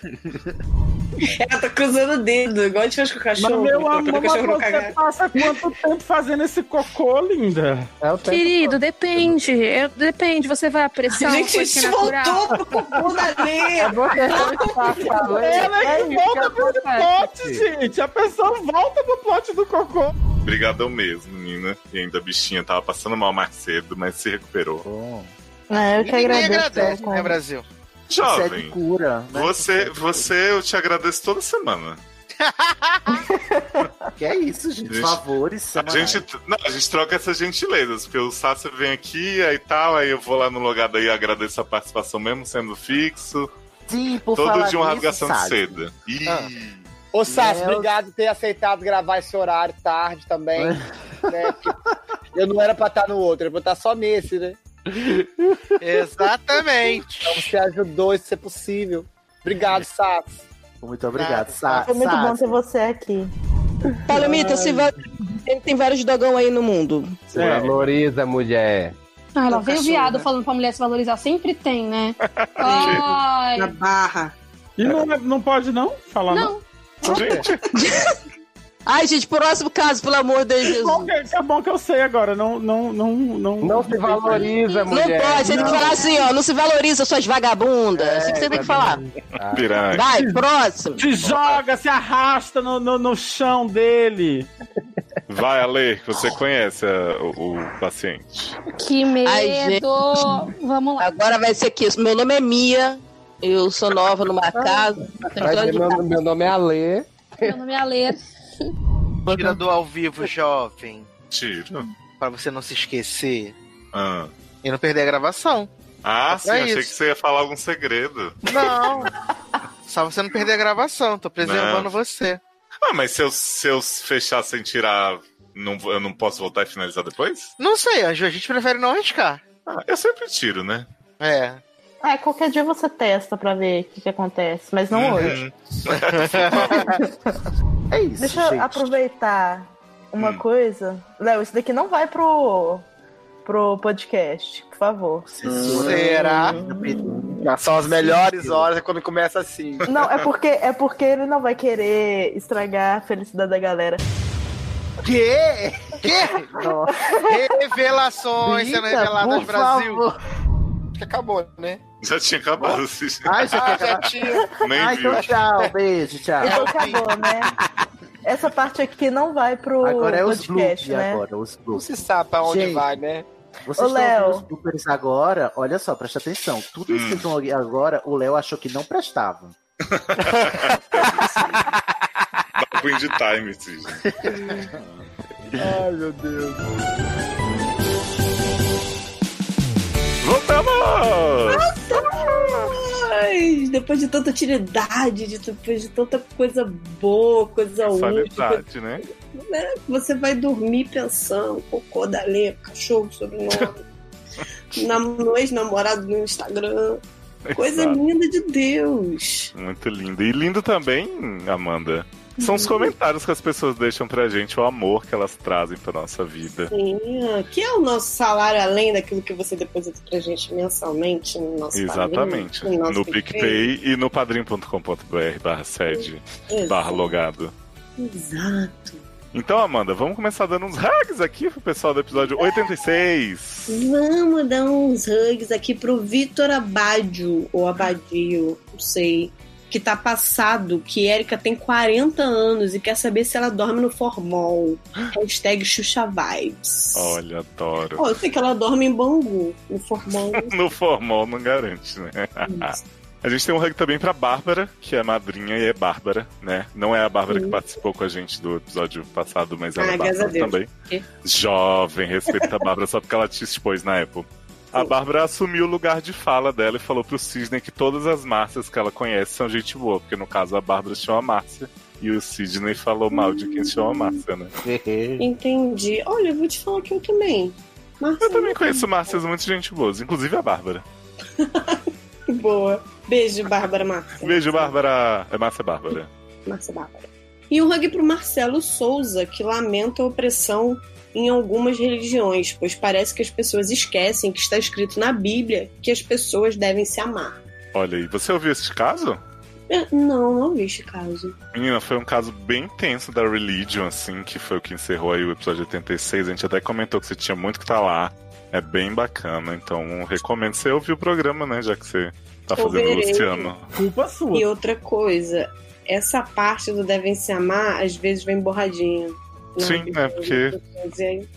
Speaker 4: Ela tá cruzando o dedo, igual a gente faz com o cachorro.
Speaker 6: Mas, meu amor,
Speaker 4: Quando o
Speaker 6: mas
Speaker 4: cachorro não
Speaker 6: você
Speaker 4: cagar.
Speaker 6: passa quanto tempo fazendo esse cocô, linda?
Speaker 12: É o
Speaker 2: Querido, depende. Eu- depende, você vai à pressão.
Speaker 4: Gente,
Speaker 2: coisa
Speaker 4: isso
Speaker 2: que é natural.
Speaker 4: voltou pro cocô da Leia.
Speaker 12: É você que tá falando.
Speaker 6: Ela é que
Speaker 12: isso
Speaker 6: volta
Speaker 12: que
Speaker 6: pro
Speaker 12: acontece.
Speaker 6: plot, gente. A pessoa volta pro plot do cocô.
Speaker 1: Obrigadão mesmo, menina. E ainda a bichinha tava passando mal mais cedo, mas se recuperou.
Speaker 3: Ah, eu
Speaker 14: que Ninguém agradeço agradece, pelo né, convite.
Speaker 15: Brasil?
Speaker 1: Jovem.
Speaker 5: Você é de cura.
Speaker 15: né?
Speaker 1: Você, você, eu te agradeço toda semana.
Speaker 5: Que é isso, gente.
Speaker 1: Gente,
Speaker 5: Favores,
Speaker 1: A gente, não, a gente troca essas gentilezas, porque o Sácio vem aqui aí tal, aí eu vou lá no logado aí e agradeço a participação mesmo sendo fixo.
Speaker 5: Sim, assim, por
Speaker 1: Todo
Speaker 5: falar
Speaker 1: de uma
Speaker 5: nisso,
Speaker 1: rasgação de
Speaker 5: Sácio.
Speaker 1: seda. Ih,
Speaker 15: Ô, Sassi,
Speaker 5: Meu-
Speaker 15: obrigado por ter aceitado gravar esse horário tá tarde também. né? Porque Eu não era pra estar no outro, era pra estar só nesse, né?
Speaker 14: Exatamente.
Speaker 15: Então você ajudou isso ser é possível. Obrigado, Sass.
Speaker 5: Muito obrigado, Sá.
Speaker 16: Foi muito bom ter você aqui.
Speaker 3: Palomita, se va- ele tem vários dogão aí no mundo.
Speaker 12: Se
Speaker 14: É.
Speaker 6: É.
Speaker 12: valoriza, mulher.
Speaker 2: Ah, lá
Speaker 3: Tô
Speaker 2: vem o
Speaker 3: cachorro,
Speaker 2: viado
Speaker 3: né?
Speaker 2: falando pra mulher se valorizar. Sempre tem, né?
Speaker 16: É.
Speaker 2: Ai.
Speaker 4: Na barra.
Speaker 6: E não, é- não pode não falar
Speaker 2: não?
Speaker 3: Ai, gente, próximo caso, pelo amor de Jesus.
Speaker 6: Bom que, é bom que eu sei agora. Não, não, não, não, não se
Speaker 12: valoriza,
Speaker 3: Não pode, você tem que falar assim, ó. Não se valoriza, suas vagabundas. É isso que você tem que falar.
Speaker 1: Piranha.
Speaker 3: Vai, próximo.
Speaker 6: Se joga, se arrasta no, no, no chão dele.
Speaker 1: Vai, Ale, que você conhece a- o, o paciente.
Speaker 2: Que medo!
Speaker 3: Vamos lá. Agora vai ser aqui. Meu nome é Mia. Eu sou nova numa casa. tenho
Speaker 12: Vai
Speaker 3: história
Speaker 12: ser
Speaker 3: de
Speaker 12: meu,
Speaker 3: casa.
Speaker 12: meu nome é Alê.
Speaker 2: Meu nome é Ale.
Speaker 14: Tirador ao vivo, jovem.
Speaker 1: Tiro.
Speaker 14: Pra você não se esquecer
Speaker 1: Ah,
Speaker 14: e não perder a gravação.
Speaker 1: Ah, sim,
Speaker 14: É
Speaker 1: achei
Speaker 14: isso.
Speaker 1: que você ia falar algum segredo.
Speaker 14: Não. Só você não perder a gravação. Tô preservando
Speaker 1: Não.
Speaker 14: você.
Speaker 1: Ah, mas se eu, se eu fechar sem tirar, não, eu não posso voltar e finalizar depois?
Speaker 14: Não sei, Anjo. A gente prefere não arriscar.
Speaker 1: Ah, eu sempre tiro, né?
Speaker 14: É.
Speaker 16: É, qualquer dia você testa pra ver o que, que acontece, mas
Speaker 1: Uhum.
Speaker 16: não hoje.
Speaker 5: É isso,
Speaker 16: Deixa
Speaker 5: gente.
Speaker 16: eu aproveitar uma coisa. Léo, isso daqui não vai pro, pro podcast, por favor.
Speaker 15: Será?
Speaker 5: Ah.
Speaker 15: São as melhores horas é quando começa assim.
Speaker 16: Não, é porque, é porque ele não vai querer estragar a felicidade da galera.
Speaker 14: Que? Revelações sendo
Speaker 15: é
Speaker 16: Eita,
Speaker 14: reveladas
Speaker 16: por
Speaker 14: Brasil.
Speaker 16: favor.
Speaker 14: Acho
Speaker 3: Tá
Speaker 14: que acabou, né?
Speaker 1: Já tinha acabado assim.
Speaker 14: Ai, você
Speaker 5: Ah,
Speaker 14: quer
Speaker 1: já
Speaker 14: acabar?
Speaker 1: tinha.
Speaker 15: Ah,
Speaker 1: Nem
Speaker 5: Ai,
Speaker 1: viu.
Speaker 5: então tchau, beijo, tchau.
Speaker 16: Então acabou, né? Essa parte aqui não vai pro
Speaker 5: Agora é os bloopers,
Speaker 16: podcast, né?
Speaker 5: agora, os bloopers.
Speaker 15: Você sabe pra onde
Speaker 5: Gente,
Speaker 15: vai, né?
Speaker 16: Ô,
Speaker 5: Vocês estão ouvindo
Speaker 16: Léo.
Speaker 5: os bloopers agora, olha só, presta atenção. Tudo
Speaker 15: Hum.
Speaker 5: isso que estão ouvindo agora, o Léo achou que não prestava.
Speaker 1: Dá Queen de time, sim.
Speaker 15: Ai, meu Deus.
Speaker 1: Voltamos!
Speaker 4: Ai, depois de tanta utilidade, de- depois de tanta coisa boa, coisa
Speaker 15: tá.
Speaker 4: útil, coisa-
Speaker 1: Sanidade, né?
Speaker 4: né? você vai dormir pensando, cocô da lê, cachorro sobrenome, nam- no ex-namorado no Instagram. Coisa
Speaker 1: Exato.
Speaker 4: linda de Deus.
Speaker 1: Muito lindo. E lindo também, Amanda. São
Speaker 15: Uhum.
Speaker 1: os comentários que as pessoas deixam pra gente, o amor que elas trazem pra nossa vida.
Speaker 4: Sim, que é o nosso salário além daquilo que você deposita pra gente mensalmente no nosso
Speaker 1: Exatamente.
Speaker 4: padrinho, nosso
Speaker 1: no PicPay e no padrim.com.br barra sede
Speaker 4: Exato.
Speaker 1: barra logado.
Speaker 4: Exato.
Speaker 1: Então, Amanda, vamos começar dando uns hacks aqui pro pessoal do episódio 86.
Speaker 4: Vamos dar uns hugs aqui pro Vitor Abadio, ou Abadio, não sei, que tá passado, que Érica tem 40 anos e quer saber se ela dorme no formol. Hashtag Xuxa Vibes.
Speaker 1: Olha, adoro.
Speaker 4: Ó, eu sei que ela dorme em Bangu, no formol.
Speaker 1: No formal não garante, né? A gente tem um hug também pra Bárbara, que é madrinha e é Bárbara, né? Não é a Bárbara
Speaker 4: Sim.
Speaker 1: que participou com a gente do episódio passado, mas ela
Speaker 4: Ah,
Speaker 1: é
Speaker 4: graças
Speaker 1: Bárbara
Speaker 4: a Deus.
Speaker 1: também.
Speaker 4: Porque-
Speaker 1: Jovem, respeita a Bárbara só porque ela te expôs na Apple. A Bárbara assumiu o lugar de fala dela e falou pro Sidney que todas as Márcias que ela conhece são gente boa, porque no caso a Bárbara chama Márcia e o Sidney falou mal de quem chama Márcia, né?
Speaker 4: Entendi. Olha, eu vou te falar que eu também. Marcia,
Speaker 1: Eu também conheço Márcias muito gente boas, inclusive a Bárbara.
Speaker 4: Que boa. Beijo, Bárbara Márcia.
Speaker 1: Beijo, Bárbara. É Márcia Bárbara.
Speaker 4: Márcia Bárbara. E um hug pro Marcelo Souza, que lamenta a opressão em algumas religiões, pois parece que as pessoas esquecem que está escrito na Bíblia que as pessoas devem se amar.
Speaker 1: Olha aí, você ouviu esse caso?
Speaker 4: É, Não, não vi este caso.
Speaker 1: Menina, foi um caso bem tenso da Religion, assim, que foi o que encerrou aí o episódio 86. A gente até comentou que você tinha muito que tá lá. É bem bacana, então recomendo você ouvir o programa, né? Já que você tá
Speaker 4: Eu
Speaker 1: fazendo o
Speaker 4: verei.
Speaker 1: Luciano.
Speaker 6: Culpa sua.
Speaker 4: E outra coisa, essa parte do devem se amar às vezes vem borradinha. na
Speaker 1: Sim,
Speaker 4: Bíblia,
Speaker 1: né, porque-
Speaker 4: Mas aí,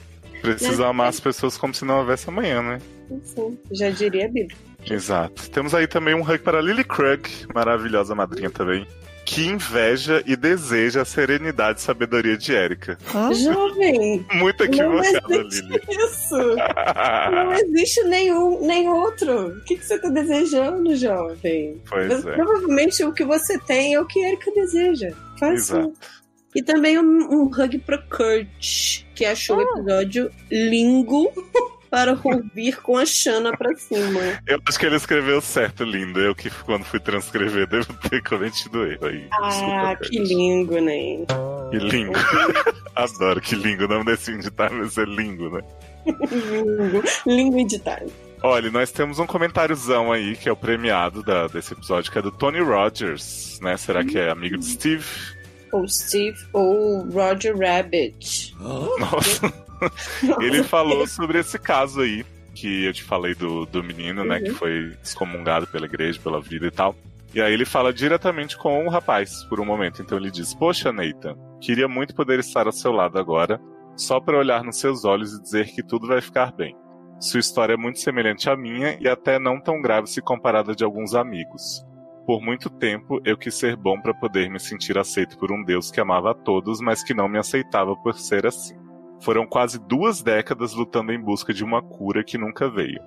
Speaker 1: Precisa amar as pessoas como se não houvesse amanhã, né?
Speaker 4: enfim, já diria a Bíblia.
Speaker 1: Exato. Temos aí também um hug para Lily Krug, maravilhosa madrinha também, que inveja e deseja a serenidade e sabedoria de Erika.
Speaker 4: Jovem!
Speaker 1: Muito
Speaker 4: não
Speaker 1: equivocada,
Speaker 4: existe
Speaker 1: Lily.
Speaker 4: isso! Não existe nenhum, nem outro. O que, que você tá desejando, jovem?
Speaker 1: Pois é.
Speaker 4: Provavelmente o que você tem é o que a Erika deseja. Faz
Speaker 1: Exato.
Speaker 4: isso. E também um, um hug pro Kurt, que achou o episódio lingo. para ouvir com a Xana pra cima.
Speaker 1: Eu acho que ele escreveu certo, lindo. Eu que quando fui transcrever, devo ter cometido erro aí.
Speaker 4: Ah, que lindo, né?
Speaker 1: Que lingo. Adoro que lingo. O nome desse inditado é lingo, né?
Speaker 4: Lingo. Lingo editado.
Speaker 1: Olha, nós temos um comentáriozão aí, que é o premiado da- desse episódio, que é do Tony Rogers, né? Será que é amigo de Steve?
Speaker 4: Ou Steve ou Roger Rabbit.
Speaker 1: Nossa. Ele falou sobre esse caso aí, que eu te falei do, do menino, né?
Speaker 4: Uhum.
Speaker 1: Que foi excomungado pela igreja, pela vida e tal. E aí ele fala diretamente com o rapaz por um momento. Então ele diz: Poxa, Nathan, queria muito poder estar ao seu lado agora, só para olhar nos seus olhos e dizer que tudo vai ficar bem. Sua história é muito semelhante à minha e até não tão grave se comparada a de alguns amigos. Por muito tempo eu quis ser bom para poder me sentir aceito por um Deus que amava a todos, mas que não me aceitava por ser assim. Foram quase duas décadas lutando em busca de uma cura que nunca veio.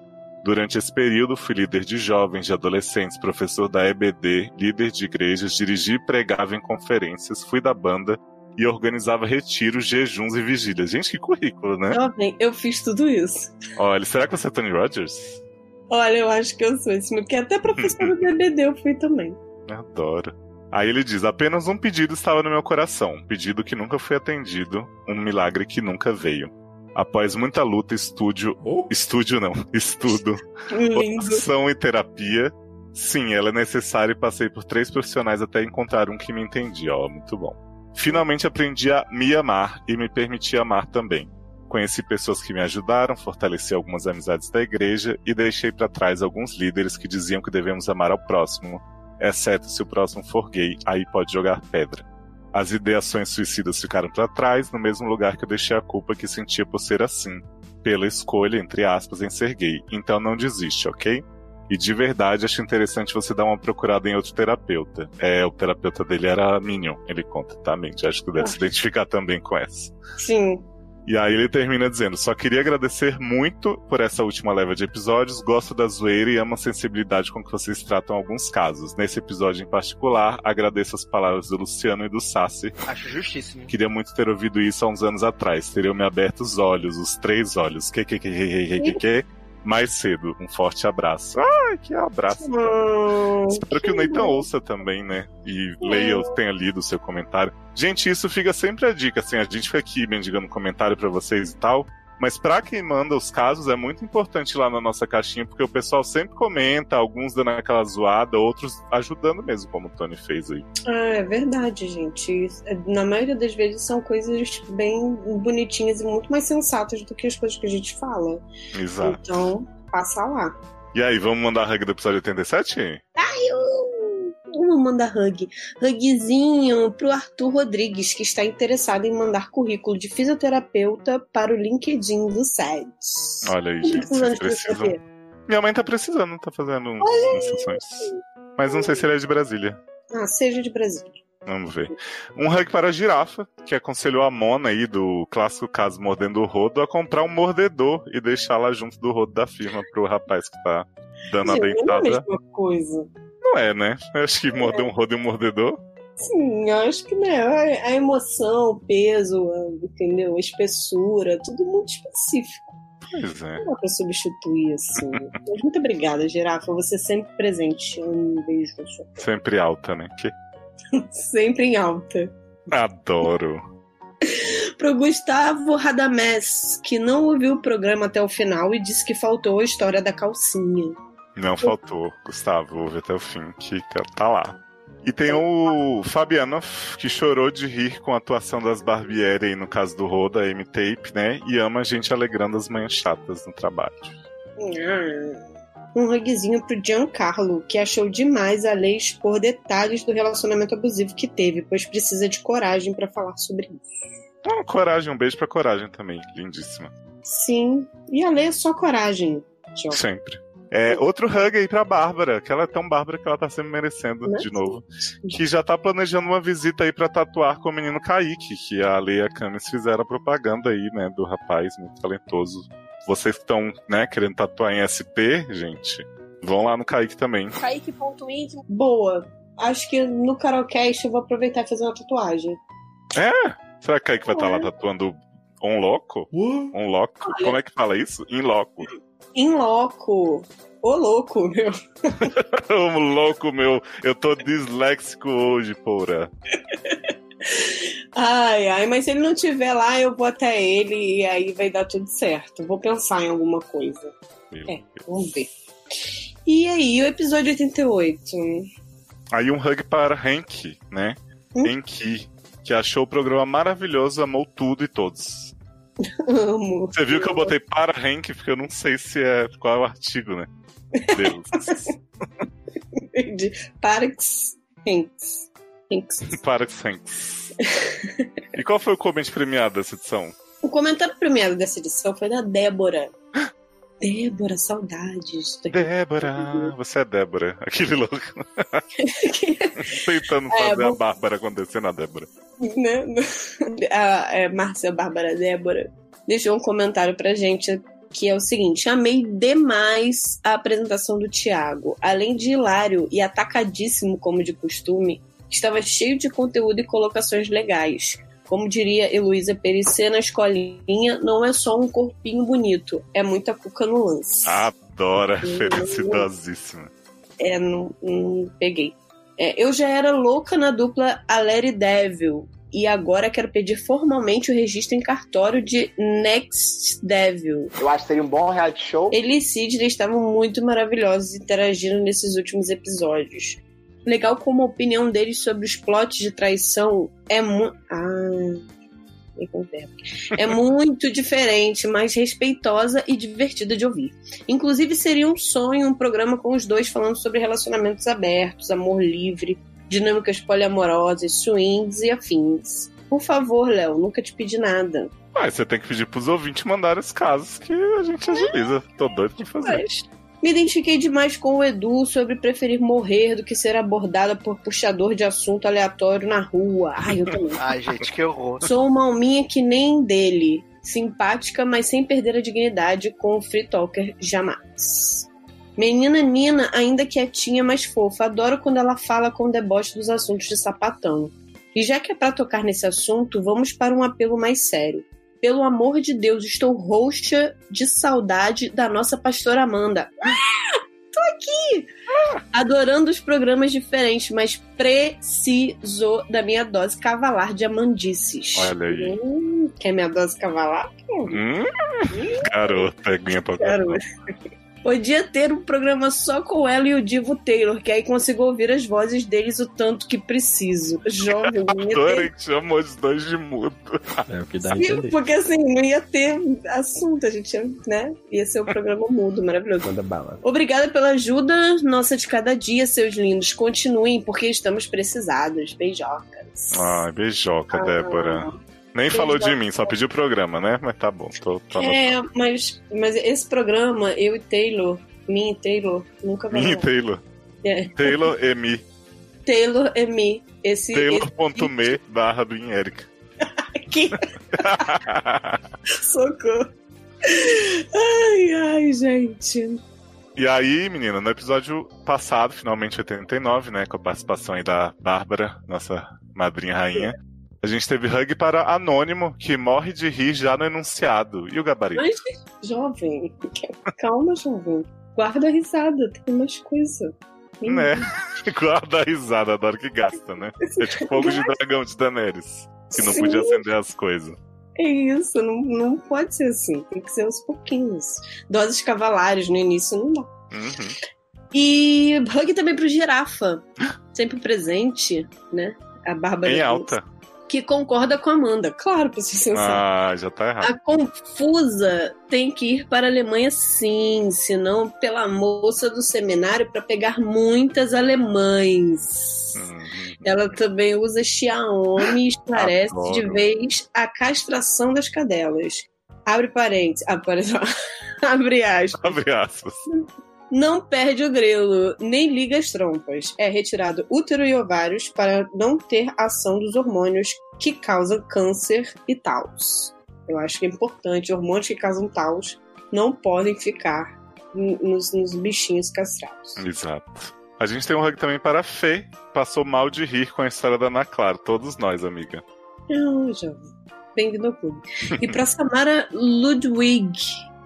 Speaker 1: Durante esse período, fui líder de jovens, de adolescentes, professor da EBD, líder de igrejas, dirigi e pregava em conferências, fui da banda e organizava retiros, jejuns e vigílias. Gente, que currículo, né?
Speaker 4: Jovem, eu fiz tudo isso.
Speaker 1: Olha, será que você é Tony Rogers?
Speaker 4: Olha, eu acho que eu sou esse, porque até professor do BBD eu fui também.
Speaker 1: Adoro. Aí ele diz: apenas um pedido estava no meu coração, um pedido que nunca foi atendido, um milagre que nunca veio. Após muita luta, estúdio. Estúdio não, estudo.
Speaker 4: Lindo.
Speaker 1: Oração e terapia. Sim, ela é necessária e passei por três profissionais até encontrar um que me entendia. Ó, muito bom. Finalmente aprendi a me amar e me permitir amar também. Conheci pessoas que me ajudaram, fortaleci algumas amizades da igreja e deixei pra trás alguns líderes que diziam que devemos amar ao próximo, exceto se o próximo for gay, aí pode jogar pedra. As ideações suicidas ficaram pra trás, no mesmo lugar que eu deixei a culpa que sentia por ser assim, pela escolha, entre aspas, em ser gay. Então não desiste, ok? E de verdade, acho interessante você dar uma procurada em outro terapeuta. É, o terapeuta dele era Minion, ele conta, tá, mente? Acho que deve se identificar também com essa.
Speaker 4: Sim.
Speaker 1: E aí ele termina dizendo: Só queria agradecer muito por essa última leva de episódios. Gosto da zoeira e amo a sensibilidade com que vocês tratam alguns casos. Nesse episódio em particular, agradeço as palavras do Luciano e do Sassi.
Speaker 14: Acho justíssimo.
Speaker 1: Queria muito ter ouvido isso há uns anos atrás. Teriam me aberto os olhos, os três olhos. Que, que, que, que, que, que, que. Mais cedo. Um forte abraço. Ai, que abraço. Espero que o Neitan ouça também, né? E leia ou tenha lido o seu comentário. Gente, isso fica sempre a dica, assim, a gente fica aqui mendigando comentário pra vocês e tal. Mas pra quem manda os casos, é muito importante ir lá na nossa caixinha, porque o pessoal sempre comenta, alguns dando aquela zoada, outros ajudando mesmo, como o Tony fez aí.
Speaker 4: Ah, é verdade, gente. Isso- é, Na maioria das vezes são coisas tipo, bem bonitinhas e muito mais sensatas do que as coisas que a gente fala.
Speaker 1: Exato.
Speaker 4: Então, passa lá.
Speaker 1: E aí, vamos mandar a hug do episódio 87?
Speaker 4: Ai, eu amo mandar hug. Hugzinho pro Arthur Rodrigues, que está interessado em mandar currículo de fisioterapeuta para o LinkedIn do SED.
Speaker 1: Olha aí,
Speaker 4: Quantos
Speaker 1: gente, vocês
Speaker 4: anos tem você?
Speaker 1: precisam. Minha mãe tá precisando, tá fazendo uns- umas sessões. Mas não sei se ele é de Brasília.
Speaker 4: Ah, seja de Brasília.
Speaker 1: Vamos ver. Um hug para a girafa, que aconselhou a Mona aí do clássico caso Mordendo o Rodo a comprar um mordedor e deixar lá junto do rodo da firma pro rapaz que tá dando a
Speaker 4: Gente, não é a
Speaker 1: dentada.
Speaker 4: mesma coisa.
Speaker 1: Não é, né? Eu acho que morder um rodo e um mordedor.
Speaker 4: Sim, eu acho que né, a emoção, o peso, a- entendeu? A espessura, tudo muito específico.
Speaker 1: Pois é.
Speaker 4: Não dá pra substituir assim. Mas muito obrigada, Girafa. Você é sempre presente. Um beijo.
Speaker 1: Sempre alta, né? Que...
Speaker 4: Sempre em alta.
Speaker 1: Adoro.
Speaker 4: Pro Gustavo Radamés, que não ouviu o programa até o final e disse que faltou a história da calcinha.
Speaker 1: Não faltou, Gustavo. Ouve até o fim, que tá lá. E tem o Fabiano, que chorou de rir com a atuação das Barbieri, aí, no caso do Roda, M-Tape, né? E ama a gente alegrando as manhãs chatas no trabalho.
Speaker 4: Um hugzinho pro Giancarlo, que achou demais a lei expor detalhes do relacionamento abusivo que teve, pois precisa de coragem pra falar sobre isso.
Speaker 1: Ah, coragem, um beijo pra coragem também. Lindíssima.
Speaker 4: Sim, e a lei é só coragem. Tchau.
Speaker 1: Sempre. É, outro hug aí pra Bárbara, que ela é tão Bárbara que ela tá sempre merecendo de novo. Que já tá planejando uma visita aí pra tatuar com o menino Kaique, que a Leia Camis fizeram a propaganda aí, né, do rapaz muito talentoso. Vocês que estão, né, querendo tatuar em SP, gente, vão lá no Kaique também.
Speaker 4: Kaique.int. Boa. Acho que no Carolcast eu vou aproveitar e fazer uma tatuagem.
Speaker 1: É? Será que Kaique vai estar tá lá tatuando Um loco? Um loco?
Speaker 4: Olha.
Speaker 1: Como é que fala isso? In loco.
Speaker 4: Em loco. Ô, louco, meu.
Speaker 1: um louco, meu. Eu tô disléxico hoje, porra.
Speaker 4: Ai, ai, mas se ele não tiver lá, eu vou até ele e aí vai dar tudo certo. Vou pensar em alguma coisa. É, vamos ver. E aí, o episódio 88?
Speaker 1: Aí um hug para Hank, né? Henki, que achou o programa maravilhoso, amou tudo e todos.
Speaker 4: Amo.
Speaker 1: Você viu que eu botei para Hank, porque eu não sei se é qual é o artigo, né? Deles.
Speaker 4: Entendi. Parks Hanks. Hanks.
Speaker 1: para Hanks. E qual foi o comente premiado dessa edição?
Speaker 4: O comentário primeiro dessa edição foi da Débora. Débora, saudades.
Speaker 1: Débora, você é Débora, aquele louco. Tentando fazer a Bárbara acontecer na Débora.
Speaker 4: Né? A, é, Márcia Bárbara Débora deixou um comentário pra gente que é o seguinte: amei demais a apresentação do Thiago. Além de hilário e atacadíssimo, como de costume, estava cheio de conteúdo e colocações legais. Como diria Heloísa Perissé na escolinha, não é só um corpinho bonito, é muita cuca no lance.
Speaker 1: Ah, Adoro, a referência idosíssima.
Speaker 4: É, não, não peguei. É, eu já era louca na dupla Aleri Devil. E agora quero pedir formalmente o registro em cartório de Next Devil.
Speaker 15: Eu acho que seria um bom reality show.
Speaker 4: Ele e Sidney estavam muito maravilhosos interagindo nesses últimos episódios. Legal como a opinião deles sobre os plots de traição é muito. Ah. fiquei com o tempo. É muito diferente, mas respeitosa e divertida de ouvir. Inclusive, seria um sonho um programa com os dois falando sobre relacionamentos abertos, amor livre, dinâmicas poliamorosas, swings e afins. Por favor, Léo, nunca te pedi nada.
Speaker 1: Mas você tem que pedir pros ouvintes mandarem os casos que a gente agiliza. Tô doido pra fazer.
Speaker 4: Mas me identifiquei demais com o Edu sobre preferir morrer do que ser abordada por puxador de assunto aleatório na rua. Ai, eu também.
Speaker 14: Ai, gente, que horror.
Speaker 4: Sou uma alminha que nem dele. Simpática, mas sem perder a dignidade com o Free Talker jamais. Menina Nina, ainda quietinha, mas fofa. Adoro quando ela fala com deboche dos assuntos de sapatão. E já que é pra tocar nesse assunto, vamos para um apelo mais sério. Pelo amor de Deus, estou roxa de saudade da nossa pastora Amanda. Ah, tô aqui! Adorando os programas diferentes, mas preciso da minha dose cavalar de amandices.
Speaker 1: Olha aí.
Speaker 4: Hum, quer minha dose cavalar?
Speaker 1: Hum, garota, aguinha pra
Speaker 4: Garota. Podia ter um programa só com ela e o Divo Taylor, que aí consigo ouvir as vozes deles o tanto que preciso. Jovem, não ia
Speaker 1: Adoro
Speaker 4: ter...
Speaker 1: que chamou os dois de mudo.
Speaker 17: É o que
Speaker 1: Ah,
Speaker 17: dá a
Speaker 4: Sim,
Speaker 17: entender.
Speaker 4: Porque assim, não ia ter assunto, a gente ia, né? Ia ser um programa mudo, maravilhoso.
Speaker 17: Manda bala.
Speaker 4: Obrigada pela ajuda, nossa de cada dia, seus lindos. Continuem, porque estamos precisados. Beijocas.
Speaker 1: Ai,
Speaker 4: Ah.
Speaker 1: beijoca, Débora. Nem falou de
Speaker 4: beijoca.
Speaker 1: mim, só pediu o programa, né? Mas tá bom, tô, tô anotando.
Speaker 4: um. É, mas, mas esse programa, eu e Taylor, mim e Taylor, nunca vai
Speaker 1: Me e
Speaker 4: rolar.
Speaker 1: Taylor.
Speaker 4: É.
Speaker 1: Taylor e me.
Speaker 4: Taylor é me. Esse,
Speaker 1: Taylor.me barra do Erika.
Speaker 4: Que- Socorro. Ai, ai, gente.
Speaker 1: E aí, menina, no episódio passado, finalmente 89, né, com a participação aí da Bárbara, nossa madrinha rainha, a gente teve hug para Anônimo, que morre de rir já no enunciado. E o gabarito?
Speaker 4: Mas, jovem, calma, jovem. Guarda a risada, tem mais coisa. Tem-
Speaker 1: Né? Guarda a risada, adoro que gasta, né? É tipo fogo de dragão de Daenerys, que não
Speaker 4: Sim.
Speaker 1: podia acender as coisas.
Speaker 4: É isso, não, não pode ser assim. Tem que ser aos pouquinhos. Doses cavalares no início não dá.
Speaker 1: Uhum.
Speaker 4: E hug também pro Girafa. Sempre presente, né? A Bárbara.
Speaker 1: Em
Speaker 4: Reis,
Speaker 1: alta.
Speaker 4: Que concorda com a Amanda. Claro, pra ser sensato.
Speaker 1: Ah, já tá
Speaker 4: A
Speaker 1: errado.
Speaker 4: confusa tem que ir para a Alemanha sim, senão pela moça do seminário para pegar muitas alemães.
Speaker 1: Hum. Uhum.
Speaker 4: Ela também usa Xiaomi e esclarece
Speaker 1: Adoro.
Speaker 4: de vez a castração das cadelas. Abre parênteses. Ah, parênteses. Abre aspas.
Speaker 1: Abre aspas.
Speaker 4: Não perde o grelo, nem liga as trompas. É retirado útero e ovários para não ter ação dos hormônios que causam câncer e taus. Eu acho que é importante, hormônios que causam taus não podem ficar n- nos, nos bichinhos castrados.
Speaker 1: Exato. A gente tem um hug também para a Fê, que passou mal de rir com a história da Ana Clara. Todos nós, amiga.
Speaker 4: Não, jovem. Bang no clube. E pra Samara Ludwig,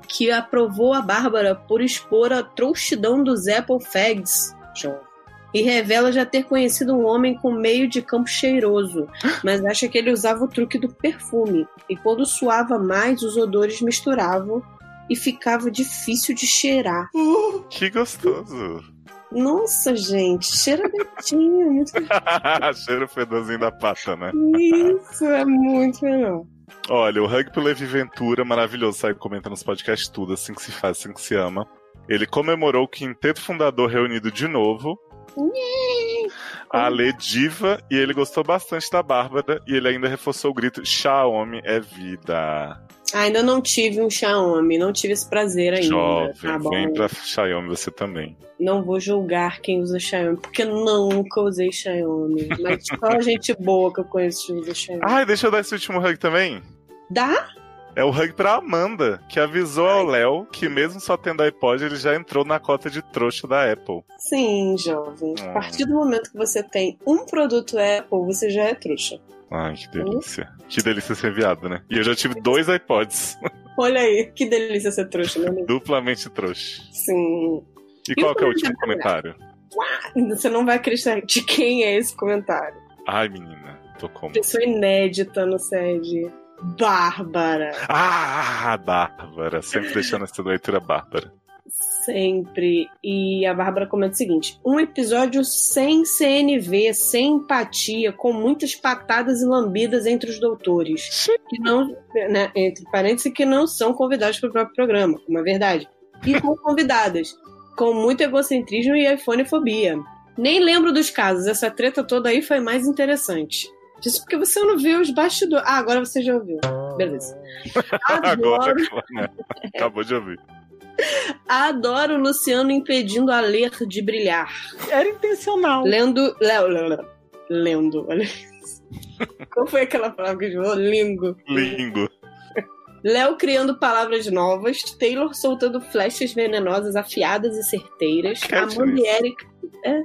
Speaker 4: que aprovou a Bárbara por expor a trouxidão dos Apple Fags, John. E revela já ter conhecido um homem com meio de campo cheiroso, mas acha que ele usava o truque do perfume. E quando suava mais, os odores misturavam e ficava difícil de cheirar.
Speaker 1: Que gostoso.
Speaker 4: Nossa, gente, cheira gatinho. muito
Speaker 1: Cheiro fedozinho da pata, né?
Speaker 4: Isso é muito melhor.
Speaker 1: Olha, o Hug pro Levi Ventura, maravilhoso, sai comenta nos podcasts tudo, assim que se faz, assim que se ama. Ele comemorou o quinteto fundador reunido de novo. A Lê diva, e ele gostou bastante da Bárbara, e ele ainda reforçou o grito: Xiaomi é vida.
Speaker 4: Ainda não tive um Xiaomi, não tive esse prazer ainda.
Speaker 1: Jovem,
Speaker 4: tá bom?
Speaker 1: vem pra Xiaomi você também.
Speaker 4: Não vou julgar quem usa Xiaomi, porque eu nunca usei Xiaomi. Mas só gente boa que eu conheço que usa Xiaomi.
Speaker 1: Ai, deixa eu dar esse último hug também.
Speaker 4: Dá?
Speaker 1: É o hug pra Amanda, que avisou ao Léo que, mesmo só tendo iPod, ele já entrou na cota de trouxa da Apple.
Speaker 4: Sim, jovem. A partir do momento que você tem um produto Apple, você já é trouxa.
Speaker 1: Ai, que
Speaker 4: Hum?
Speaker 1: delícia. Que delícia ser viado, né? E eu já tive dois iPods.
Speaker 4: Olha aí, que delícia ser trouxa, meu amigo.
Speaker 1: Duplamente trouxa.
Speaker 4: Sim.
Speaker 1: E qual que é o último comentário?
Speaker 4: Você não vai acreditar de quem é esse comentário.
Speaker 1: Ai, menina, tô como.
Speaker 4: Pessoa inédita no sede. Bárbara.
Speaker 1: Ah, Bárbara. Sempre deixando essa leitura Bárbara.
Speaker 4: Sempre. E a Bárbara comenta o seguinte: um episódio sem CNV, sem empatia, com muitas patadas e lambidas entre os doutores. Que não, né, entre parênteses, que não são convidados para o próprio programa, uma verdade. E com convidadas, com muito egocentrismo e iPhonefobia. Nem lembro dos casos, essa treta toda aí foi mais interessante. Isso porque você não viu os bastidores. Ah, agora você já ouviu. Beleza.
Speaker 1: Agora, claro, né? Acabou de ouvir.
Speaker 4: Adoro o Luciano impedindo a ler de brilhar.
Speaker 6: Era intencional.
Speaker 4: Lendo. Léo, Léo, Léo. Lendo, olha isso. Qual foi aquela palavra que ele falou? Lingo.
Speaker 1: Lingo.
Speaker 4: Léo criando palavras novas, Taylor soltando flechas venenosas afiadas e certeiras,
Speaker 1: Quero
Speaker 4: Amanda
Speaker 1: isso.
Speaker 4: e, Erika, é,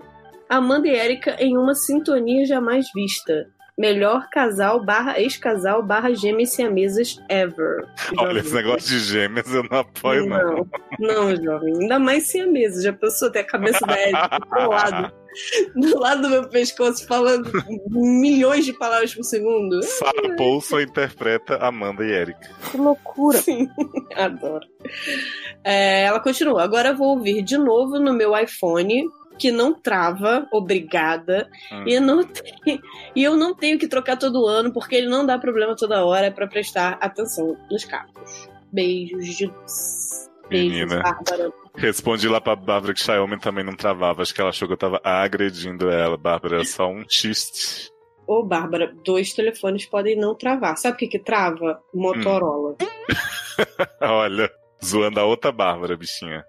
Speaker 4: Amanda e Erika em uma sintonia jamais vista. Melhor casal barra ex-casal barra gêmeos siamesas ever.
Speaker 1: Olha, esse negócio de gêmeas eu não apoio, não.
Speaker 4: Não, não, jovem. Ainda mais siamesas. Já pensou ter a cabeça da Erika
Speaker 1: Ah,
Speaker 4: pro lado, do lado do meu pescoço, falando milhões de palavras por segundo?
Speaker 1: Sarah Paulson interpreta Amanda e Eric.
Speaker 4: Que loucura. Sim, adoro. É, ela continua. Agora eu vou ouvir de novo no meu iPhone, que não trava, obrigada.
Speaker 1: Hum.
Speaker 4: E, eu não tenho, e eu não tenho que trocar todo ano, porque ele não dá problema toda hora pra prestar atenção nos cabos. Beijos de luz. Beijos,
Speaker 1: Menina.
Speaker 4: Bárbara.
Speaker 1: Respondi lá pra Bárbara que Xiaomi também não travava. Acho que ela achou que eu tava agredindo ela. Bárbara, era só um chiste.
Speaker 4: Ô, Bárbara, dois telefones podem não travar. Sabe o que que trava? Motorola.
Speaker 1: Olha, zoando a outra Bárbara, bichinha.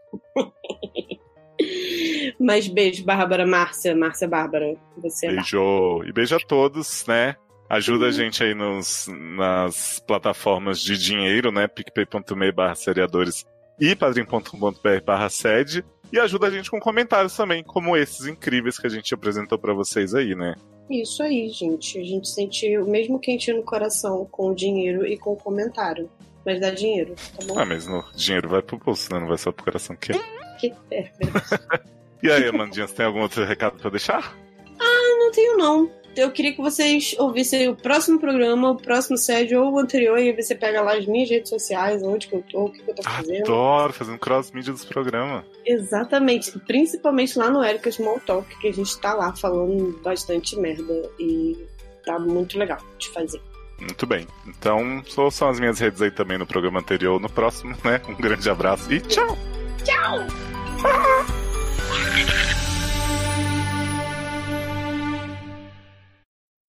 Speaker 4: Mas beijo, Bárbara Márcia. Márcia Bárbara. Você é Bárbara.
Speaker 1: Beijo. E beijo a todos, né?
Speaker 4: Uhum.
Speaker 1: Ajuda a gente aí nos, nas plataformas de dinheiro, né? picpay.me barra seriadores e padrim.com.br barra sede. E ajuda a gente com comentários também, como esses incríveis que a gente apresentou pra vocês aí, né?
Speaker 4: Isso aí, gente. A gente sente o mesmo quentinho no coração com o dinheiro e com o comentário. Mas dá dinheiro, tá bom?
Speaker 1: Ah, mas o dinheiro vai pro bolso, né? Não vai só pro coração. Que...
Speaker 4: Que é.
Speaker 1: E aí, Amandinha, você tem algum outro recado pra deixar?
Speaker 4: Ah, não tenho não. Eu queria que vocês ouvissem o próximo programa, o próximo sede ou o anterior, e aí você pega lá as minhas redes sociais, onde que eu tô, o que, que eu tô fazendo.
Speaker 1: Adoro fazendo cross-mídia dos programas.
Speaker 4: Exatamente. Principalmente lá no Erika Small Talk, que a gente tá lá falando bastante merda e tá muito legal de fazer.
Speaker 1: Muito bem. Então, só são as minhas redes aí também no programa anterior, no próximo, né? Um grande abraço e tchau!
Speaker 4: Tchau!